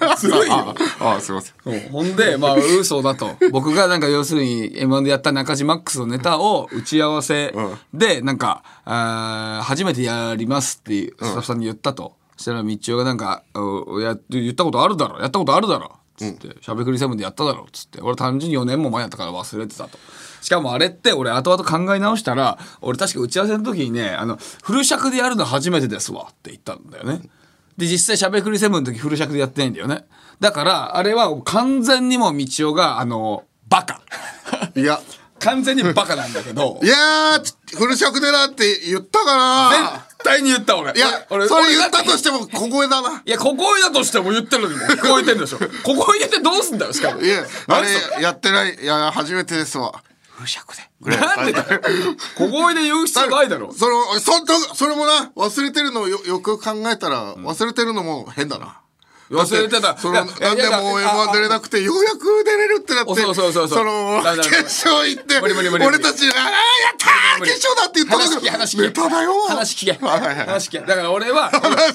[SPEAKER 2] 俺すごいよ。
[SPEAKER 1] ああすいません
[SPEAKER 2] そうほんで、 まあ、嘘だと。僕がなんか要するに M1 でやった中島マックスのネタを打ち合わせで、なんか、あー初めてやりますっていうスタッフさんに言ったと。そしたら、みちおがなんか、おや、言ったことあるだろ、やったことあるだろ、つって、しゃべくりセブンでやっただろ、つって。俺単純に4年も前やったから忘れてたと。しかもあれって俺後々考え直したら、俺確か打ち合わせの時にね、あの、フル尺でやるの初めてですわって言ったんだよね。で実際しゃべくりセブンの時フル尺でやってないんだよねだからあれは完全にもう道夫があのバ カ
[SPEAKER 1] いや
[SPEAKER 2] 完全にバカなんだけど
[SPEAKER 1] いやーちフル尺でなって言ったかな
[SPEAKER 2] 絶対に言った俺
[SPEAKER 1] いや
[SPEAKER 2] 俺
[SPEAKER 1] それ
[SPEAKER 2] 俺
[SPEAKER 1] 言
[SPEAKER 2] だ
[SPEAKER 1] ってたとしても小声だない
[SPEAKER 2] や、ここだとしても言ってるのにも聞こえてるでしょ。ここ入れてどうすんだよ、しかも。
[SPEAKER 1] いやあ
[SPEAKER 2] 何それ
[SPEAKER 1] れやってないいや初めてですわ
[SPEAKER 2] なんでだよ。ここ入れ言う必要ないだろ。
[SPEAKER 1] そのそんとそれもな忘れてるのをよよく考えたら、忘れてるのも変だな
[SPEAKER 2] 忘れてた。
[SPEAKER 1] そのなん
[SPEAKER 2] いやい
[SPEAKER 1] で
[SPEAKER 2] や
[SPEAKER 1] もう
[SPEAKER 2] いや
[SPEAKER 1] M1 出れなくてようやく出れるってなって
[SPEAKER 2] そうそうそうそう
[SPEAKER 1] の
[SPEAKER 2] だから
[SPEAKER 1] 決勝行って
[SPEAKER 2] 無理無理無理無理
[SPEAKER 1] 俺たち「ああやったー
[SPEAKER 2] 無理無理
[SPEAKER 1] 決勝だ!」って言った
[SPEAKER 2] 話聞け話聞け
[SPEAKER 1] ネタだよ
[SPEAKER 2] 話聞け
[SPEAKER 1] はいはいはい
[SPEAKER 2] 話聞けだから俺 は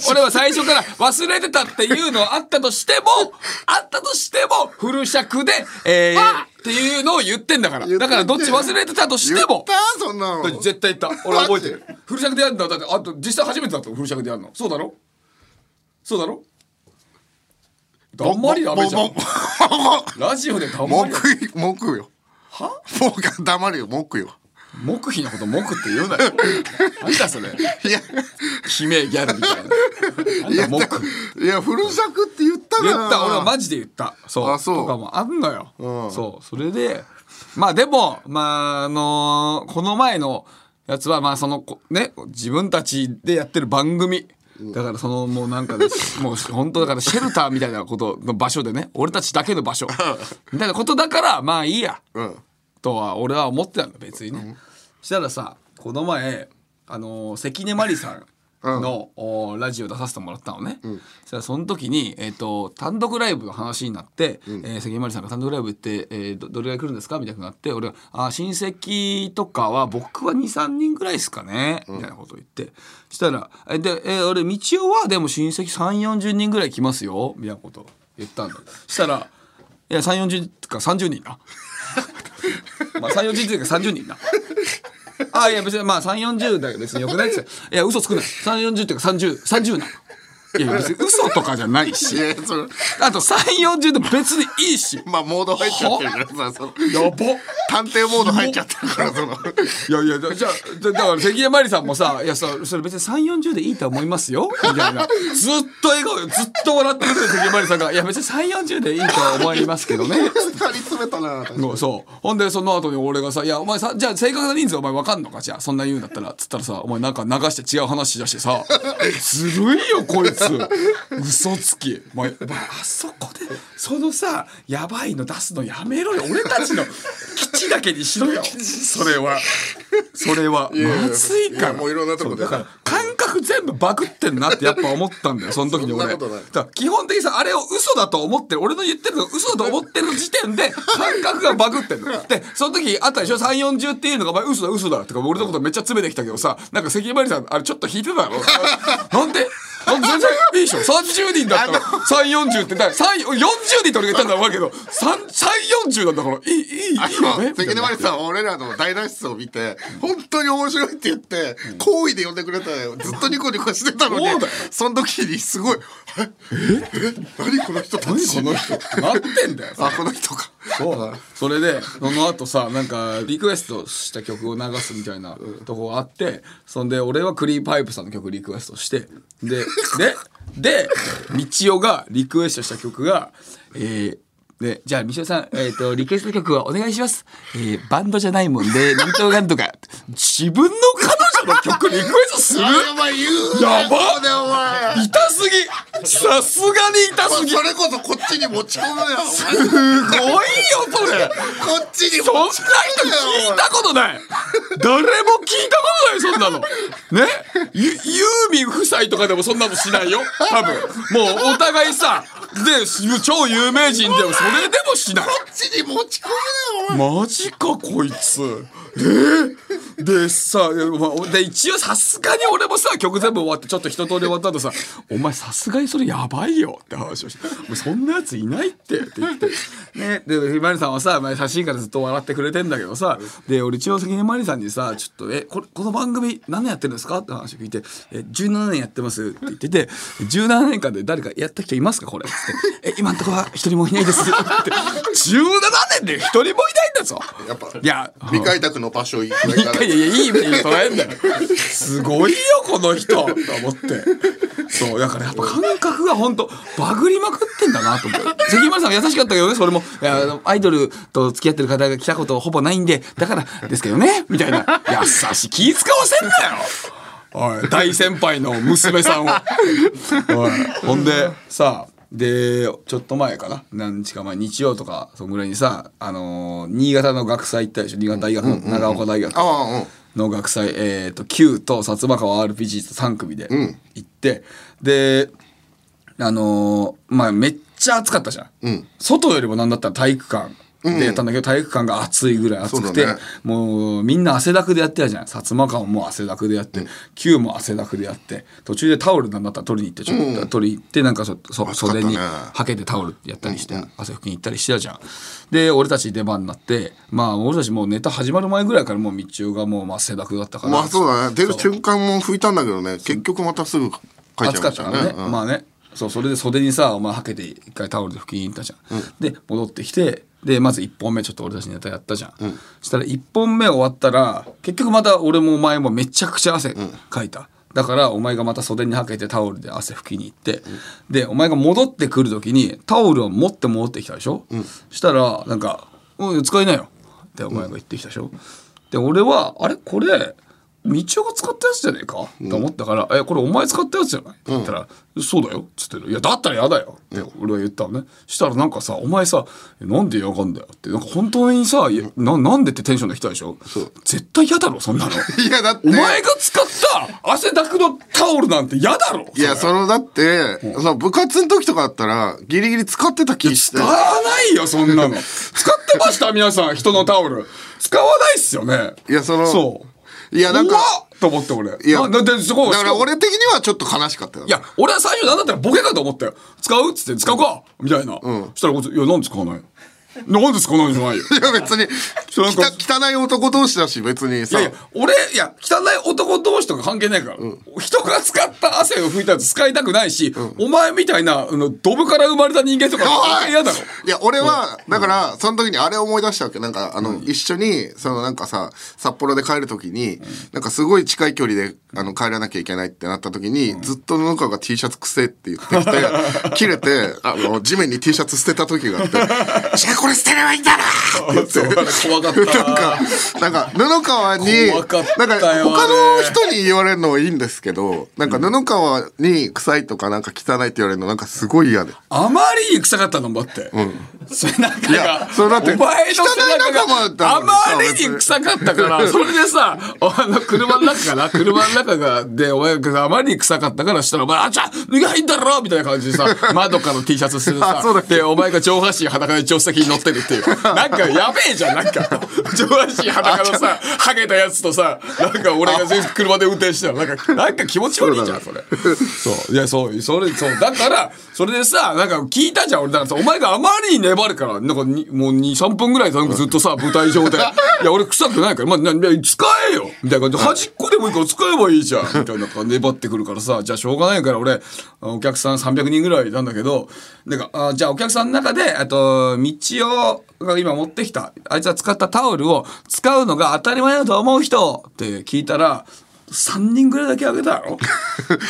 [SPEAKER 2] 俺は最初から忘れてたっていうのはあったとしてもあったとしてもフル尺でえーっていうのを言ってんだからだからどっち忘れてたとして
[SPEAKER 1] 言っ
[SPEAKER 2] も
[SPEAKER 1] たそんなの
[SPEAKER 2] 絶対言った俺覚えてるフル尺でやるんだだってあと実際初めてだったフル尺でやるのそうだろそうだろだんまりダメじゃ
[SPEAKER 1] も
[SPEAKER 2] ん
[SPEAKER 1] うも
[SPEAKER 2] ラジオでだん
[SPEAKER 1] うも
[SPEAKER 2] ま
[SPEAKER 1] う
[SPEAKER 2] り
[SPEAKER 1] 黙黙よはもうが黙るよ黙よ
[SPEAKER 2] 黙秘のこと黙って言うなよなんだそれ
[SPEAKER 1] いや
[SPEAKER 2] 悲鳴ギャルみたいななんだ
[SPEAKER 1] いや
[SPEAKER 2] 黙
[SPEAKER 1] いやフル尺って言ったから
[SPEAKER 2] 言った俺はマジで言ったそう
[SPEAKER 1] あそう
[SPEAKER 2] とかもあんのよ、そうそれでまあでもまああのーこの前のやつはまあそのこね自分たちでやってる番組だからそのもうな んかねもう本当だからシェルターみたいなことの場所でね俺たちだけの場所みたいなことだからまあいいや
[SPEAKER 1] うん
[SPEAKER 2] とは俺は思ってたんだ別にね、したらさこの前あのー関根麻里さんの、おラジオ出させてもらったのね、そしたらその時に、えー、と単独ライブの話になって、えー関根麻里さんが単独ライブって、えーどどれぐらい来るんですかみたいになって俺があー親戚とかは僕は23人ぐらいですかね、みたいなことを言ってしたら「えで、えー俺道夫はでも親戚3 4 0人ぐらい来ますよ」みたいなことを言ったんだしたら「いや3 4 0か30人だ」まあ、3、40人というか30人な。あいや、別に、まあ、3、40だけど別によくないですよ。いや、嘘つくない。3、40というか30、30な。いや、別に嘘とかじゃないし
[SPEAKER 1] い。やそれ
[SPEAKER 2] あと、3、40で別にいいし。や
[SPEAKER 1] まあモード入っちゃってるからさその
[SPEAKER 2] ば
[SPEAKER 1] 探偵モード入っちゃってるからその
[SPEAKER 2] いやいや、じゃあ、だだから、関根麻里さんもさ、いや、さ、それ別に3、40でいいと思いますよ。みたいな。ずっと笑顔よ。ずっと笑ってくれてる関根麻里さんが、いや、別に3、40でいいと思いますけどね。
[SPEAKER 1] 張り詰めたな
[SPEAKER 2] そうそうほんでその後に俺がさ「いやお前さじゃあ正確な人数お前分かんのかじゃあそんな言うんだったら」つったらさお前なんか流して違う話しだして さ「ずるいよこいつ嘘つきお前お前あそこでそのさやばいの出すのやめろよ俺た ちの基地だけにしろよそれはそれはまずいか
[SPEAKER 1] いや
[SPEAKER 2] ら
[SPEAKER 1] もういろんなとこで
[SPEAKER 2] そうだから感覚全部バグってんなってやっぱ思ったんだよその時に俺
[SPEAKER 1] そんなことない
[SPEAKER 2] だから基本的にさあれを嘘だと思ってる俺の言ってるのが嘘だと思ってる時点で感覚がバグって るのでその時あったでしょ3 4 0っていうのが「お前嘘だ 嘘だ」とか俺のことめっちゃ詰めてきたけどさなんか関根麻里さんあれちょっと引いてたのなんであ全然いいでしょ30人だったら340ってだから3 40人って俺が言ったんだろうけど340なんだからいいいいいい
[SPEAKER 1] あ
[SPEAKER 2] よね
[SPEAKER 1] の、関根麻里さんは俺らの大脱出を見て、本当に面白いって言って、好意で呼んでくれたよ。ずっとニコニコしてたのに
[SPEAKER 2] そうだよ、
[SPEAKER 1] その時にすごい、ええ何この人たち
[SPEAKER 2] この人なってんだよ
[SPEAKER 1] あ、この人か。
[SPEAKER 2] そうだそれでその後さなんかリクエストした曲を流すみたいなとこがあってそんで俺はクリーパイプさんの曲リクエストしてでででみちおがリクエストした曲がえーでじゃあ、みちおさん、えっ、と、リクエスト曲はお願いします。えーバンドじゃないもんで、なんとかなんとか。自分の彼女の曲リクエストする
[SPEAKER 1] あれお前言うな
[SPEAKER 2] やば
[SPEAKER 1] ここでお前。
[SPEAKER 2] 痛すぎさすがに痛すぎ
[SPEAKER 1] それこそこっちに持ち込むよ。
[SPEAKER 2] すごいよ、それ
[SPEAKER 1] こっちに持ち
[SPEAKER 2] そ
[SPEAKER 1] 込む
[SPEAKER 2] んな
[SPEAKER 1] よ
[SPEAKER 2] 人聞いたことない誰も聞いたことないそんなのねユユーミン夫妻とかでもそんなのしないよ多分もうお互いさで超有名人でもそれでもしない
[SPEAKER 1] こっちに持ち込むよ。
[SPEAKER 2] マジかこいつえーでさいやまあで一応さすがに俺もさ曲全部終わってちょっと一通り終わった後さ「お前さすがにそれやばいよ」って話をして「もうそんなやついないって」って言ってねでひまりさんはさ前写真からずっと笑ってくれてんだけどさで俺一応関根まりさんにさ「ちょっとえこれこの番組何年やってるんですか?」って話を聞いて「え17年やってます」って言ってて「17年間で誰かやった人いますかこれ」つって「え今んとこは一人もいないです」って17年で一人もいないんだぞ
[SPEAKER 1] やっぱ
[SPEAKER 2] いや
[SPEAKER 1] 未開拓の場所行く
[SPEAKER 2] いやいやいや、いい意味に捉えんだよ。すごいよ、この人と思って。そう、だからやっぱ感覚が本当バグりまくってんだなと思って。関村さんは優しかったけどね、それも、いやあのアイドルと付き合ってる方が来たことほぼないんで、だからですけどね、みたいな。優しい、気使わせんなよおい、大先輩の娘さんを。おいほんで、さで、ちょっと前かな何日か前、日曜とか、そんぐらいにさ、あのー新潟の学祭行ったでしょ新潟大学の、長岡大学。
[SPEAKER 1] ああ、うん。
[SPEAKER 2] の学祭、えー、と Q と薩摩川 RPG と3組で行って、であのーまあめっちゃ暑かったじゃん、外よりもなんだったら体育館でやったんだけど、体育館が暑いぐらい暑く
[SPEAKER 1] そう
[SPEAKER 2] て、
[SPEAKER 1] だね
[SPEAKER 2] もうみんな汗だくでやってたじゃん薩摩川も汗だくでやって、Q も汗だくでやって途中でタオルなんだったら取りに行ってちょっと、取りに行ってなんかそそ
[SPEAKER 1] 暑かったね
[SPEAKER 2] 袖にはけてタオルやったりして、汗拭きに行ったりしてたじゃん。で、俺たち出番になって、まあ、俺たちもうネタ始まる前ぐらいからもう道夫がもう、まあ、汗だくだったから。
[SPEAKER 1] まあそうだね。出る瞬間も拭いたんだけどね、結局またすぐ書いちゃいま
[SPEAKER 2] 暑かっ
[SPEAKER 1] したた
[SPEAKER 2] か
[SPEAKER 1] ね。
[SPEAKER 2] らね、
[SPEAKER 1] うん
[SPEAKER 2] まあねそうそれで袖にさお前はけて一回タオルで拭きに行ったじゃん、で戻ってきてでまず1本目ちょっと俺たちネタやったじゃん、したら1本目終わったら結局また俺もお前もめちゃくちゃ汗かいた、だからお前がまた袖にはけてタオルで汗拭きに行って、でお前が戻ってくる時にタオルを持って戻ってきたでしょ、したらなんか「うん使いなよ」ってお前が言ってきたでしょ、で俺はあれこれ道夫が使ったやつじゃねえか、と思ったから「えこれお前使ったやつじゃない?」って言ったら「そうだよ」っつってる「いやだったらやだよ」って俺は言ったのねしたらなんかさお前さ「えなんで嫌がんだよ」ってなんか本当にさ「いやななんで?」ってテンションで来たでしょ絶対嫌だろそんなの
[SPEAKER 1] いやだって。
[SPEAKER 2] お前が使った汗だくのタオルなんて嫌だろ
[SPEAKER 1] いや、その、だって、その部活の時とかだったら、ギリギリ使ってた気して
[SPEAKER 2] 使。わないよそん なの使ってました皆さん人のタオル使わないっすよね
[SPEAKER 1] いやその
[SPEAKER 2] そう
[SPEAKER 1] いやなんか
[SPEAKER 2] 怖っと思って俺
[SPEAKER 1] いや、
[SPEAKER 2] なだってすごい
[SPEAKER 1] だから俺的にはちょっと悲しかったよ。
[SPEAKER 2] いや、俺は最初なんだったらボケかと思ったよ。使うっつって、使うかみたいな。そしたらこいつ、いや、なんで使わないのなんで使わないんじゃないよ。
[SPEAKER 1] いや 別に、
[SPEAKER 2] そうなんか
[SPEAKER 1] きた汚い男同士だし、別に
[SPEAKER 2] い
[SPEAKER 1] さ。
[SPEAKER 2] やいや、俺、いや、汚い男同士とか関係ないから。人が使った汗を拭いたやつ使いたくないし、お前みたいな、あの、ドブから生まれた人間とか
[SPEAKER 1] おい
[SPEAKER 2] 嫌だろ。
[SPEAKER 1] いや、俺は、だから、その時にあれ思い出したわけ。なんか、あの、一緒に、そのなんかさ、札幌で帰る時に、なんかすごい近い距離で、あの、帰らなきゃいけないってなった時に、ずっと布川が T シャツくせえって言ってきて、切 れて、あの、地面に T シャツ捨てた時があって、じゃあこれ捨てればいいんだなって言って
[SPEAKER 2] そう、怖かっ
[SPEAKER 1] なんか
[SPEAKER 2] た。、
[SPEAKER 1] なんか、布川に、
[SPEAKER 2] 怖かった
[SPEAKER 1] なんか、
[SPEAKER 2] よ
[SPEAKER 1] 他
[SPEAKER 2] あ
[SPEAKER 1] の
[SPEAKER 2] れ
[SPEAKER 1] 人に言われるのはいいんですけど、なんか、布川に臭いとか、なんか汚いって言われるの、なんかすごい嫌で。
[SPEAKER 2] あまりに臭かったのもあって。それなんか
[SPEAKER 1] いや
[SPEAKER 2] が、
[SPEAKER 1] それだって
[SPEAKER 2] お前の背
[SPEAKER 1] 汚い仲間だっ
[SPEAKER 2] 中
[SPEAKER 1] た
[SPEAKER 2] が
[SPEAKER 1] の
[SPEAKER 2] あ
[SPEAKER 1] に
[SPEAKER 2] ま
[SPEAKER 1] さ
[SPEAKER 2] りに臭かったから、それでさ、あの、車の中かな、車の中が、で、お前があまりに臭かったからしたら、お前、あちゃ 脱が入んだろみたいな感じでさ、窓からの T シャツする
[SPEAKER 1] あ
[SPEAKER 2] さ
[SPEAKER 1] そうだっ、け
[SPEAKER 2] で、お前が上半身裸で助手席に乗ってるっていうなんかやべえじゃんなんか上半身裸のさハゲたやつとさなんか俺が全然車で運転してたらなんかなんか気持ち悪いじゃんそれそういやそうそれそうだからそれでさなんか聞いたじゃん俺だからさお前があまりに粘るからなんかにもう23分ぐらいさなんかずっとさ舞台上で「いや俺臭くないから、まあ、ないや使えよ」みたいな感じで端っこでもいいから使えばいいじゃんみたいな感じで粘ってくるからさじゃあしょうがないから俺あのお客さん300人ぐらいいたんだけどなんかあじゃあお客さんの中であと道夫が今持ってきたあいつは使ったタオルを使うのが当たり前だと思う人って聞いたら3人ぐらいだけあげたよ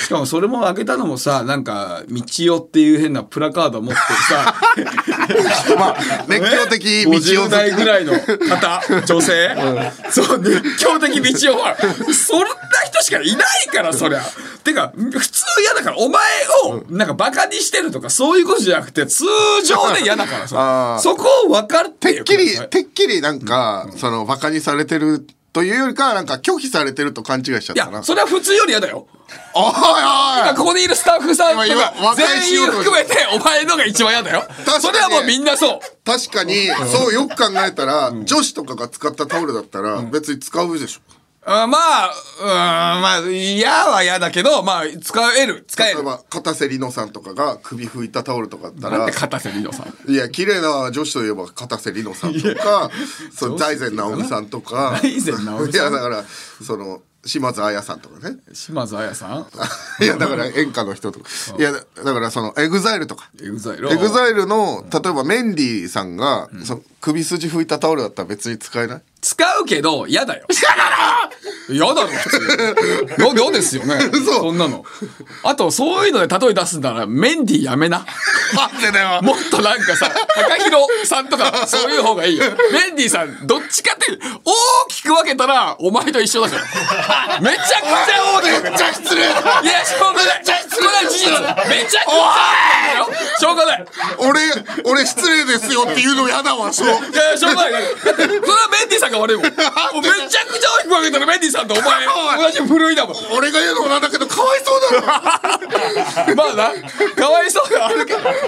[SPEAKER 2] しかもそれもあげたのもさなんか「道夫」っていう変なプラカード持ってさ
[SPEAKER 1] まあ 熱狂的道
[SPEAKER 2] 50
[SPEAKER 1] を
[SPEAKER 2] 代ぐらいの方女性、そう熱狂的道夫はそんな人しかいないからそりゃてか普通嫌だからお前をなんかバカにしてるとかそういうことじゃなくて通常で嫌だから
[SPEAKER 1] あ
[SPEAKER 2] さ
[SPEAKER 1] ー
[SPEAKER 2] そこを分かって
[SPEAKER 1] てっ
[SPEAKER 2] よ
[SPEAKER 1] きり
[SPEAKER 2] ください
[SPEAKER 1] てっきりなんか、そのバカにされてるというよりかはなんか拒否されてると勘違いしちゃっ
[SPEAKER 2] い
[SPEAKER 1] たな
[SPEAKER 2] やそれは普通より嫌だよ
[SPEAKER 1] おい
[SPEAKER 2] 今こ
[SPEAKER 1] おい
[SPEAKER 2] こにいるスタッフさんと
[SPEAKER 1] 今今
[SPEAKER 2] か
[SPEAKER 1] 和解し
[SPEAKER 2] 全
[SPEAKER 1] よ
[SPEAKER 2] 員
[SPEAKER 1] うと
[SPEAKER 2] 含めてお前のが一番嫌だよ
[SPEAKER 1] かに
[SPEAKER 2] それはもうみんなそう
[SPEAKER 1] 確かにそうよく考えたら、女子とかが使ったタオルだったら別に使うでしょ、
[SPEAKER 2] あまあ、うん、まあ、嫌は嫌だけど、まあ、使える、使
[SPEAKER 1] 例
[SPEAKER 2] え
[SPEAKER 1] え
[SPEAKER 2] る。
[SPEAKER 1] ば片瀬里乃さんとかが首拭いたタオルとかだった
[SPEAKER 2] なん
[SPEAKER 1] ら
[SPEAKER 2] で片瀬里乃さん。
[SPEAKER 1] いや綺麗な女子といえば片瀬里乃さんとかそう財前直美さんとか
[SPEAKER 2] 財前直美さ
[SPEAKER 1] いや
[SPEAKER 2] ん
[SPEAKER 1] だからその島津亜矢さんとかね
[SPEAKER 2] 島津亜矢さん。
[SPEAKER 1] いやだから演歌の人とかいやだからそのエグザイルとか
[SPEAKER 2] エグザイル。
[SPEAKER 1] エグザイルの例えばメンディーさんが、その首筋拭いたタオルだったら別に使えない
[SPEAKER 2] 使うけど、嫌 だよ。嫌だろ嫌だろ、普通。 嫌嫌ですよね。
[SPEAKER 1] 嘘
[SPEAKER 2] そんなの。あと、そういうので例え出すなら、メンディーやめな。
[SPEAKER 1] なんでだよ
[SPEAKER 2] もっとなんかさ、高弘さんとか、そういう方がいいよ。メンディーさん、どっちかって、大きく分けたら、お前と一緒だから。めちゃくちゃ大きく分けた
[SPEAKER 1] めっちゃ失礼
[SPEAKER 2] いや、しょうがない。これは事実。めちゃくちゃ大きいよ。しょうがない。
[SPEAKER 1] 俺俺失礼ですよっていうのやだわそう
[SPEAKER 2] いやいや、しょうがない。だってそれはメンディーさんが 悪いもん。もうめちゃくちゃ大きく分けたらメンディーさんとお前、同じ古いだもん。
[SPEAKER 1] 俺が言うのもなんだけどかわいそうだろ
[SPEAKER 2] まあな、かわいそうがあるけど、しょうが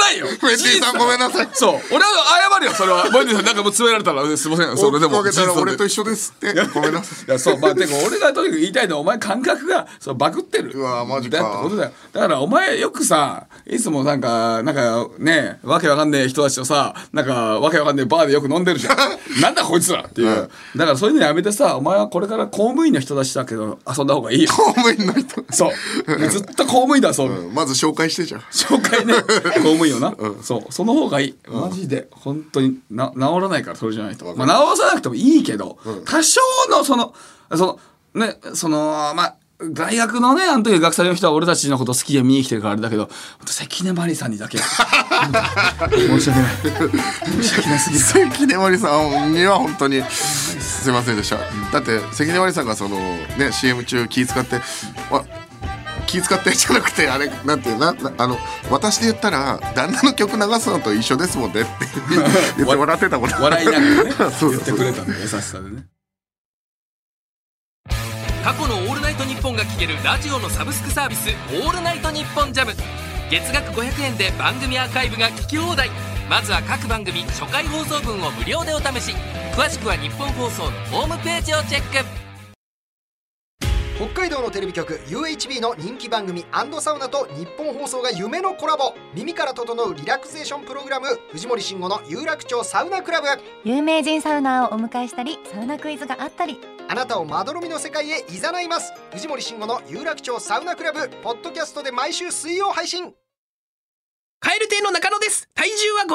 [SPEAKER 2] ないよ。
[SPEAKER 1] メンディーさんごめんなさい
[SPEAKER 2] そう。俺は謝るよ、それは。メンディーさんなんかもう詰められたら、すいません、それでも。
[SPEAKER 1] 大きく分けたら俺と
[SPEAKER 2] い
[SPEAKER 1] 一緒ですってごめんなさい
[SPEAKER 2] や、そう、まあ、でも俺がとにかく言いたいのは、お前感覚が、そう、バグってる。
[SPEAKER 1] うわマジか
[SPEAKER 2] だってことだよ。だから、お前よくさ、いつもなんか、なんかね、わけわかんねえ人たちとさ、なんか、わけわかんねえバーでよく飲んでるじ ゃん。なんだこいつらっていう。だから、そういうのやめてさ、お前はこれから公務員の人たちだけど、遊んだ方がい いよ。
[SPEAKER 1] 公務員の人
[SPEAKER 2] そう。ずっと公務員だ、そう。
[SPEAKER 1] まず紹介してじゃん
[SPEAKER 2] 紹介 ね公務員をな、そうその方がいいマジで本当にな治らないからそれじゃないと、まあ、治さなくてもいいけど、多少のそのそのねそのまあ大学のねあの時学祭の人は俺たちのこと好きで見に来てるからあれだけど関根麻里さんにだけ申し訳ない申し訳なすぎる
[SPEAKER 1] 関根麻里さんには本当にすいませんでしただって関根麻里さんがそのね CM 中気使ってわ気使ってじゃなくてあれなんていうななあの私で言ったら旦那の曲流すのと一緒ですもんねって 言って笑ってたこと
[SPEAKER 2] 笑いながら ね
[SPEAKER 1] そうそう
[SPEAKER 2] 言ってくれたんで優しさでね
[SPEAKER 8] 過去の「オールナイトニッポン」が聴けるラジオのサブスクサービス「オールナイトニッポンジャム月額500円で番組アーカイブが聞き放題まずは各番組初回放送分を無料でお試し詳しくは日本放送のホームページをチェック
[SPEAKER 9] 北海道のテレビ局 UHB の人気番組サウナと日本放送が夢のコラボ耳から整うリラクゼーションプログラム藤森慎吾の有楽町サウナクラブ
[SPEAKER 10] 有名人サウナーをお迎えしたりサウナクイズがあったり
[SPEAKER 9] あなたをまどろみの世界へいざないます藤森慎吾の有楽町サウナクラブポッドキャストで毎週水曜配信
[SPEAKER 8] カエル亭の中野です体重は5 4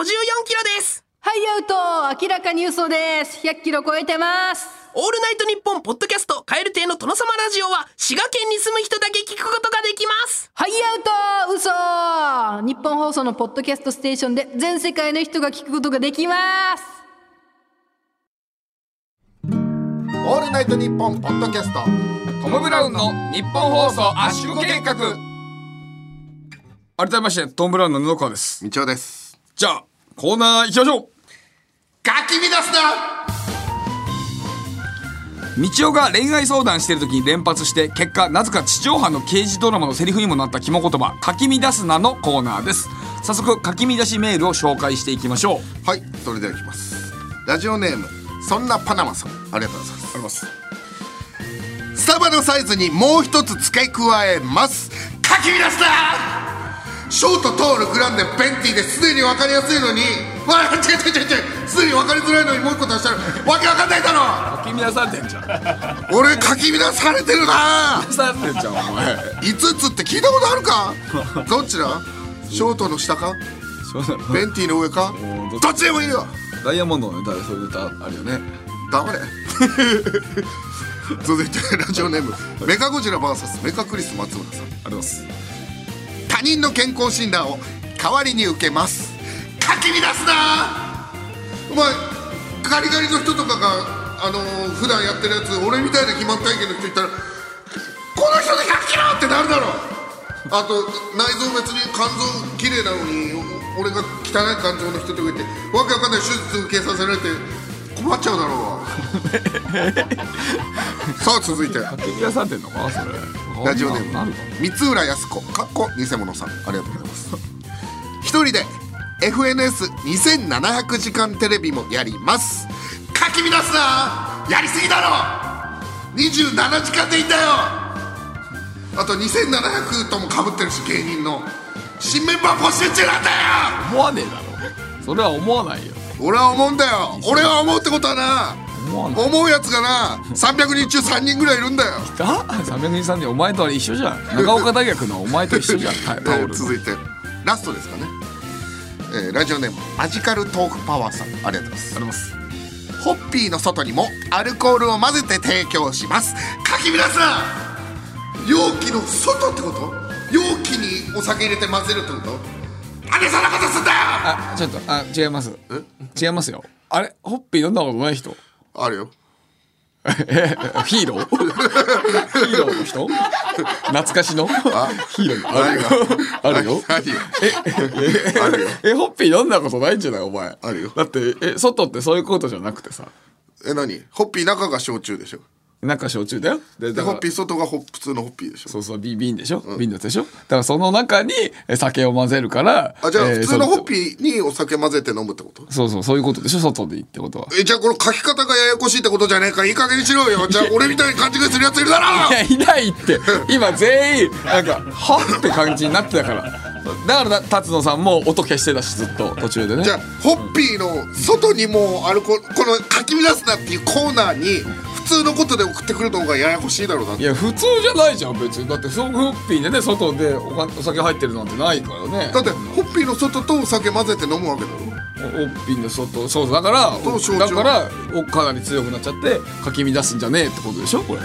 [SPEAKER 8] キロです
[SPEAKER 11] ハイアウト明らかに嘘です100キロ超えてます
[SPEAKER 8] 「オールナイトニッポン」ポッドキャスト「カエル亭の殿様ラジオ」は滋賀県に住む人だけ聞くことができます
[SPEAKER 11] ハイアウト嘘日本放送のポッドキャストステーションで全世界の人が聞くことができます
[SPEAKER 1] 「オールナイトニッポン」ポッドキャスト
[SPEAKER 2] トム・ブラウンの日本放送圧縮計画改めましてトム・ブラウンの布川です
[SPEAKER 1] みちおです
[SPEAKER 2] じゃあ、コーナー行きましょう
[SPEAKER 1] ガキ乱すな
[SPEAKER 2] 道夫が恋愛相談してる時に連発して結果なぜか地上波の刑事ドラマのセリフにもなった肝言葉「かき乱すな」のコーナーです早速書き乱しメールを紹介していきましょ
[SPEAKER 1] うはいそれではいきますラジオネームそんなパナマさんありがとうございますスタバのサイズにもう一つ付け加えます書き乱したショートトールグランデベンティですでに分かりやすいのにわあ違う違う違う違うすでに分かりづらいのにもう一個足したらわけわかんないだろ
[SPEAKER 2] 書き乱されてんじゃん
[SPEAKER 1] 俺書き乱されてるな
[SPEAKER 2] 書き乱されてんじゃんお前
[SPEAKER 1] 5つって聞いたことあるか どっちだショートの下かベンティの上かどっちでもいいよ
[SPEAKER 2] ダイヤモンドの歌でそういう歌あるよね
[SPEAKER 1] 黙れ 続いてラジオネームメカゴジラ VS メカクリス松村さんあり
[SPEAKER 2] がとうございます
[SPEAKER 1] 他人の健康診断を代わりに受けますかき乱すなお前ガリガリの人とかがあのー普段やってるやつ俺みたいな肥満体型の人いたらこの人で100キロってなるだろあと内臓別に肝臓綺麗なのにお俺が汚い肝臓の人とかいてわけわかんない手術受けさせられて困っちゃうだろうわ さあ続いて
[SPEAKER 2] 書き乱されてんのかそれ
[SPEAKER 1] ラジオネ
[SPEAKER 2] あんな
[SPEAKER 1] ーム
[SPEAKER 2] んなる
[SPEAKER 1] 三浦靖子かっこ偽物さんありがとうございます一人で FNS2700 時間テレビもやりますかき乱すなやりすぎだろ27時間でいたよあと2700ともかぶってるし芸人の新メンバー募集中なんだよ
[SPEAKER 2] 思わねえだろそれは思わないよ
[SPEAKER 1] 俺は思うんだよ俺は思うってことはな
[SPEAKER 2] 思わない
[SPEAKER 1] 思うやつがな300人中3人ぐらいいるんだよ
[SPEAKER 2] だ323でお前とは一緒じゃん長岡大学のお前と一緒じゃんタ オル
[SPEAKER 1] 続いてラストですかね、えーラジオネームマジカルトークパワーさんありがとうございますホッピーの外にもアルコールを混ぜて提供しますかき皆さん容器の外ってこと容器にお酒入れて混ぜるってことあれそんなことすんだよ
[SPEAKER 2] あちょっとあ違います違いますよあれホッピー飲んだことない人
[SPEAKER 1] あるよ
[SPEAKER 2] えヒーローヒーローの人懐か しのヒーローのある よあるよえあるよ えホッピー飲んだことないんじゃないお前
[SPEAKER 1] あるよ
[SPEAKER 2] だってえ外ってそういうことじゃなくてさ
[SPEAKER 1] え何ホッピー中が焼酎でしょ
[SPEAKER 2] 中焼酎だよで
[SPEAKER 1] でホッピ
[SPEAKER 2] ー
[SPEAKER 1] ー外がホップ普通のホッピーでしょ
[SPEAKER 2] そうそうビビンでしょ、ビンだったでしょだからその中にえ酒を混ぜるから
[SPEAKER 1] あじゃあ
[SPEAKER 2] えー
[SPEAKER 1] 普通の
[SPEAKER 2] そ
[SPEAKER 1] ホッピーにお酒混ぜて飲むってこと
[SPEAKER 2] そうそうそういうことでしょ外でいいってことは
[SPEAKER 1] えじゃあこの書き方がややこしいってことじゃねえかいい加減にしろよ じゃあ俺みたいに勘違いするやついるだろ
[SPEAKER 2] いやいないって今全員なんかはって感じになってたからだからな辰野さんも音消してたしずっと途中でね
[SPEAKER 1] じゃあホッピーの外にもうアルコールこのかき乱すなっていうコーナーに普通のことで送ってくるのがややこしいだろうなって
[SPEAKER 2] いや普通じゃないじゃん別にだってそのホッピーでね外でおかお酒入ってるなんてないからね
[SPEAKER 1] だってホッピーの外とお酒混ぜて飲むわけだろ
[SPEAKER 2] ホッピーの外そうだから
[SPEAKER 1] どうしよう
[SPEAKER 2] だからおかなり強くなっちゃってかき乱すんじゃねえってことでしょこれ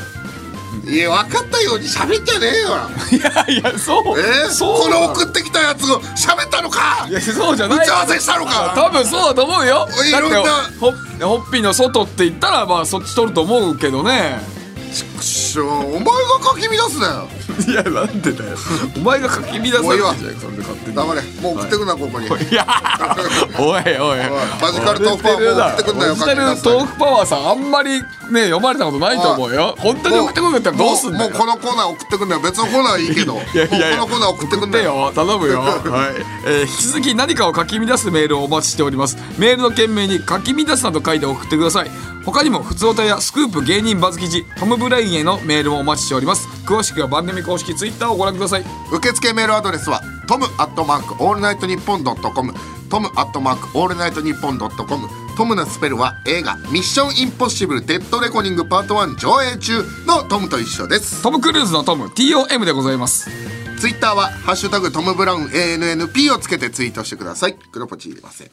[SPEAKER 1] いや分かったように喋っちゃねえよ
[SPEAKER 2] いやいやそう
[SPEAKER 1] えー、
[SPEAKER 2] そう
[SPEAKER 1] これ送ってきたやつを喋ったのか
[SPEAKER 2] いやそうじゃない
[SPEAKER 1] 打ち合わせしたのか
[SPEAKER 2] 多分そうだと思うよ
[SPEAKER 1] いろんな
[SPEAKER 2] だってホッホッピーの外って言ったらまあそっち取ると思うけど ね
[SPEAKER 1] くっしょーお前がかき乱すなよ
[SPEAKER 2] いやなんでだよお前がかき乱されてんじゃ
[SPEAKER 1] もういいわ
[SPEAKER 2] んそれで勝手に
[SPEAKER 1] 黙れもう送ってくんな、ここに
[SPEAKER 2] い やおいおい
[SPEAKER 1] マジカルトークパワーも送ってくんなよ
[SPEAKER 2] マジカルトークパワーさんあんまりね読まれたことないと思うよ本当に送ってくるんだったらどうすんだよ
[SPEAKER 1] もうもうこのコーナー送ってくんなよ別のコーナーはいいけど
[SPEAKER 2] いやいやいや
[SPEAKER 1] もうこのコーナー送ってくんな
[SPEAKER 2] 送って
[SPEAKER 1] よ
[SPEAKER 2] よ頼むよ、はいえー引き続き何かを書き乱すメールをお待ちしておりますメールの件名に「書き乱す」など書いて送ってください他にも「ふつおた」や「スクープ芸人バズ記事」「トム・ブレイン」へのメールもお待ちしております詳しくは番組公式ツイッターをご覧ください
[SPEAKER 1] 受付メールアドレスはトムアットマークオールナイトニッポンドットコムトムアットマークオールナイトニッポンドットコムトムのスペルは映画「ミッションインポッシブルデッドレコーディングパート1上映中」のトムと一緒です
[SPEAKER 2] トム・クルーズのトム TOM でございます
[SPEAKER 1] ツイッターは「ハッシュタグトム・ブラウン ANNP」をつけてツイートしてください黒ポチ入れません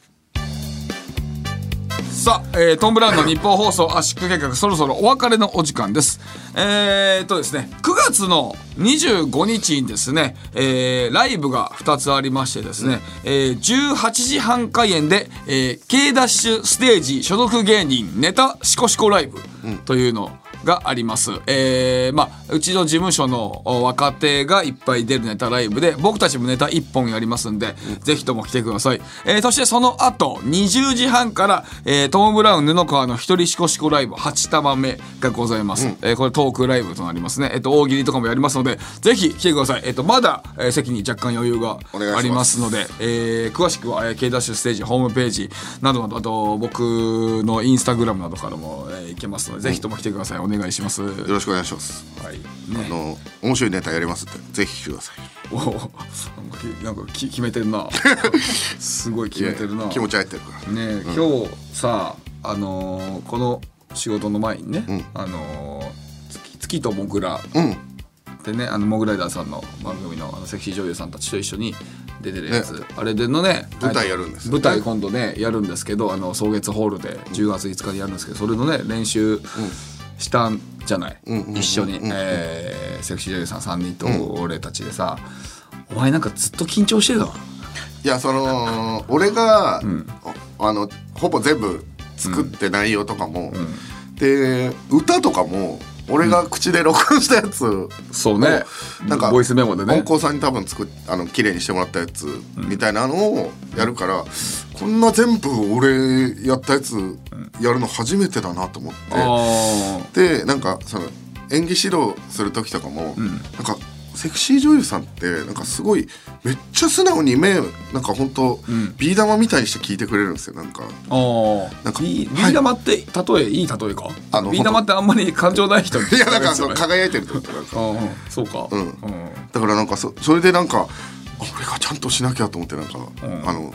[SPEAKER 2] さあ、えートンブラウンの日本放送圧縮計画そろそろお別れのお時間ですえー、っとですね9月の25日にですね、えーライブが2つありましてですね、えー18時半開演で、えー K ダッシュステージ所属芸人ネタシコシコライブというのをがあります。えーまあ、うちの事務所のお若手がいっぱい出るネタライブで、僕たちもネタ1本やりますんで、ぜひとも来てください。えーそしてその後、20時半から、えートム・ブラウン布川の一人しこしこライブ8玉目がございます、えーこれトークライブとなりますね、えっと大喜利とかもやりますのでぜひ来てください、えっとまだ、えー席に若干余裕が
[SPEAKER 1] 願いします
[SPEAKER 2] ありますのでえー詳しくは、えー、K ダッシュステージホームページなどなどあと僕のインスタグラムなどからも、えー、いけますのでぜひとも来てくださいお願いしますよ
[SPEAKER 1] よろしくお願いします。
[SPEAKER 2] はいね
[SPEAKER 1] あの面白いネタやりますってぜひ来てください。
[SPEAKER 2] おおなんかきなんかき決めてる なすごい決めてるない
[SPEAKER 1] や気持ち入ってるから。
[SPEAKER 2] ねえ、今日さあのーこの仕事の前にね、あのー月月ともぐら
[SPEAKER 1] うん。
[SPEAKER 2] でねあのモグライダーさんの番組のあのセクシー女優さんたちと一緒に出てるやつ、あれでのね
[SPEAKER 1] 舞台やるんですよ
[SPEAKER 2] 舞台今度ねやるんですけどあの草月ホールで10月5日にやるんですけどそれのね練習したんじゃない、
[SPEAKER 1] んうんうんうん
[SPEAKER 2] 一緒に、えーセクシー女優さん3人と俺たちでさ、お前なんかずっと緊張してるの
[SPEAKER 1] いやその俺が、あのほぼ全部作って内容とかも、で歌とかも俺が口で録音したやつを、
[SPEAKER 2] そうね
[SPEAKER 1] なんか
[SPEAKER 2] ボイスメモでね
[SPEAKER 1] 音工さんに多分作っあの綺麗にしてもらったやつみたいなのをやるから、こんな全部俺やったやつやるの初めてだなと思って。
[SPEAKER 2] あ
[SPEAKER 1] でなんかその演技指導する時とかも、
[SPEAKER 2] ん
[SPEAKER 1] なんかセクシー女優さんってなんかすごいめっちゃ素直に目なんか本当、
[SPEAKER 2] ん
[SPEAKER 1] ビー玉みたいにして聞いてくれるんですよなんか
[SPEAKER 2] ああ
[SPEAKER 1] なんか
[SPEAKER 2] ビ
[SPEAKER 1] は
[SPEAKER 2] ー
[SPEAKER 1] い
[SPEAKER 2] 玉って例えいい例えか
[SPEAKER 1] あの
[SPEAKER 2] ビー玉ってあんまり感情ない人に
[SPEAKER 1] いやなんかその
[SPEAKER 2] う
[SPEAKER 1] 輝いてるってことなんか
[SPEAKER 2] そうか
[SPEAKER 1] うんだからなんかそそれでなんかあ俺がちゃんとしなきゃと思ってなんか、
[SPEAKER 2] ん
[SPEAKER 1] あの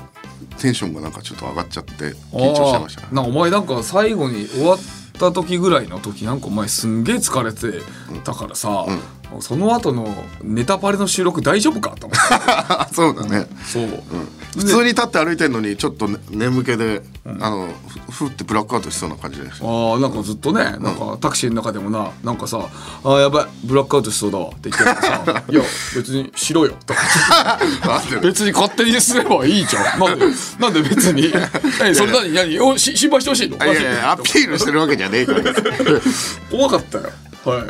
[SPEAKER 1] テンションがなんかちょっと上がっちゃって緊張してました
[SPEAKER 2] あ
[SPEAKER 1] ね
[SPEAKER 2] ーなんかお前なんか最後に終わった時ぐらいの時なんかお前すんげえ疲れてたからさ、その後のネタパレの収録大丈夫かと思っ
[SPEAKER 1] あ そうだね、
[SPEAKER 2] てそう、
[SPEAKER 1] 普通に立って歩いてるのにちょっとね眠気で、あのふふってブラックアウトしそうな感じでした
[SPEAKER 2] ああなんかずっとねなんかタクシーの中でもななんかさ「あーやばいブラックアウトしそうだわ」って言ってたから さ「いや別にしろよ」とか
[SPEAKER 1] なんで
[SPEAKER 2] 別に勝手にすればいい じゃん。なんで、なんで別に。え、それ何、何、お、し、心配してほしいの。
[SPEAKER 1] あいやいやアピールしてるわけじゃねえから
[SPEAKER 2] 怖かったよ。は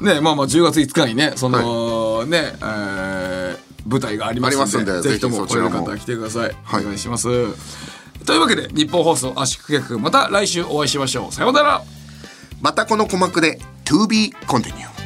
[SPEAKER 2] い。ね、まあまあ、10月5日にね、その、ね、えー舞台があります
[SPEAKER 1] あ
[SPEAKER 2] ん
[SPEAKER 1] り
[SPEAKER 2] で
[SPEAKER 1] ますんで
[SPEAKER 2] ぜひとも
[SPEAKER 1] ぜひ
[SPEAKER 2] 来
[SPEAKER 1] そち
[SPEAKER 2] れ
[SPEAKER 1] ら
[SPEAKER 2] る
[SPEAKER 1] も
[SPEAKER 2] 方は来てください、
[SPEAKER 1] はい
[SPEAKER 2] お願いしますというわけで日本放送圧縮計画また来週お会いしましょうさようなら
[SPEAKER 1] またこの鼓膜で To be continue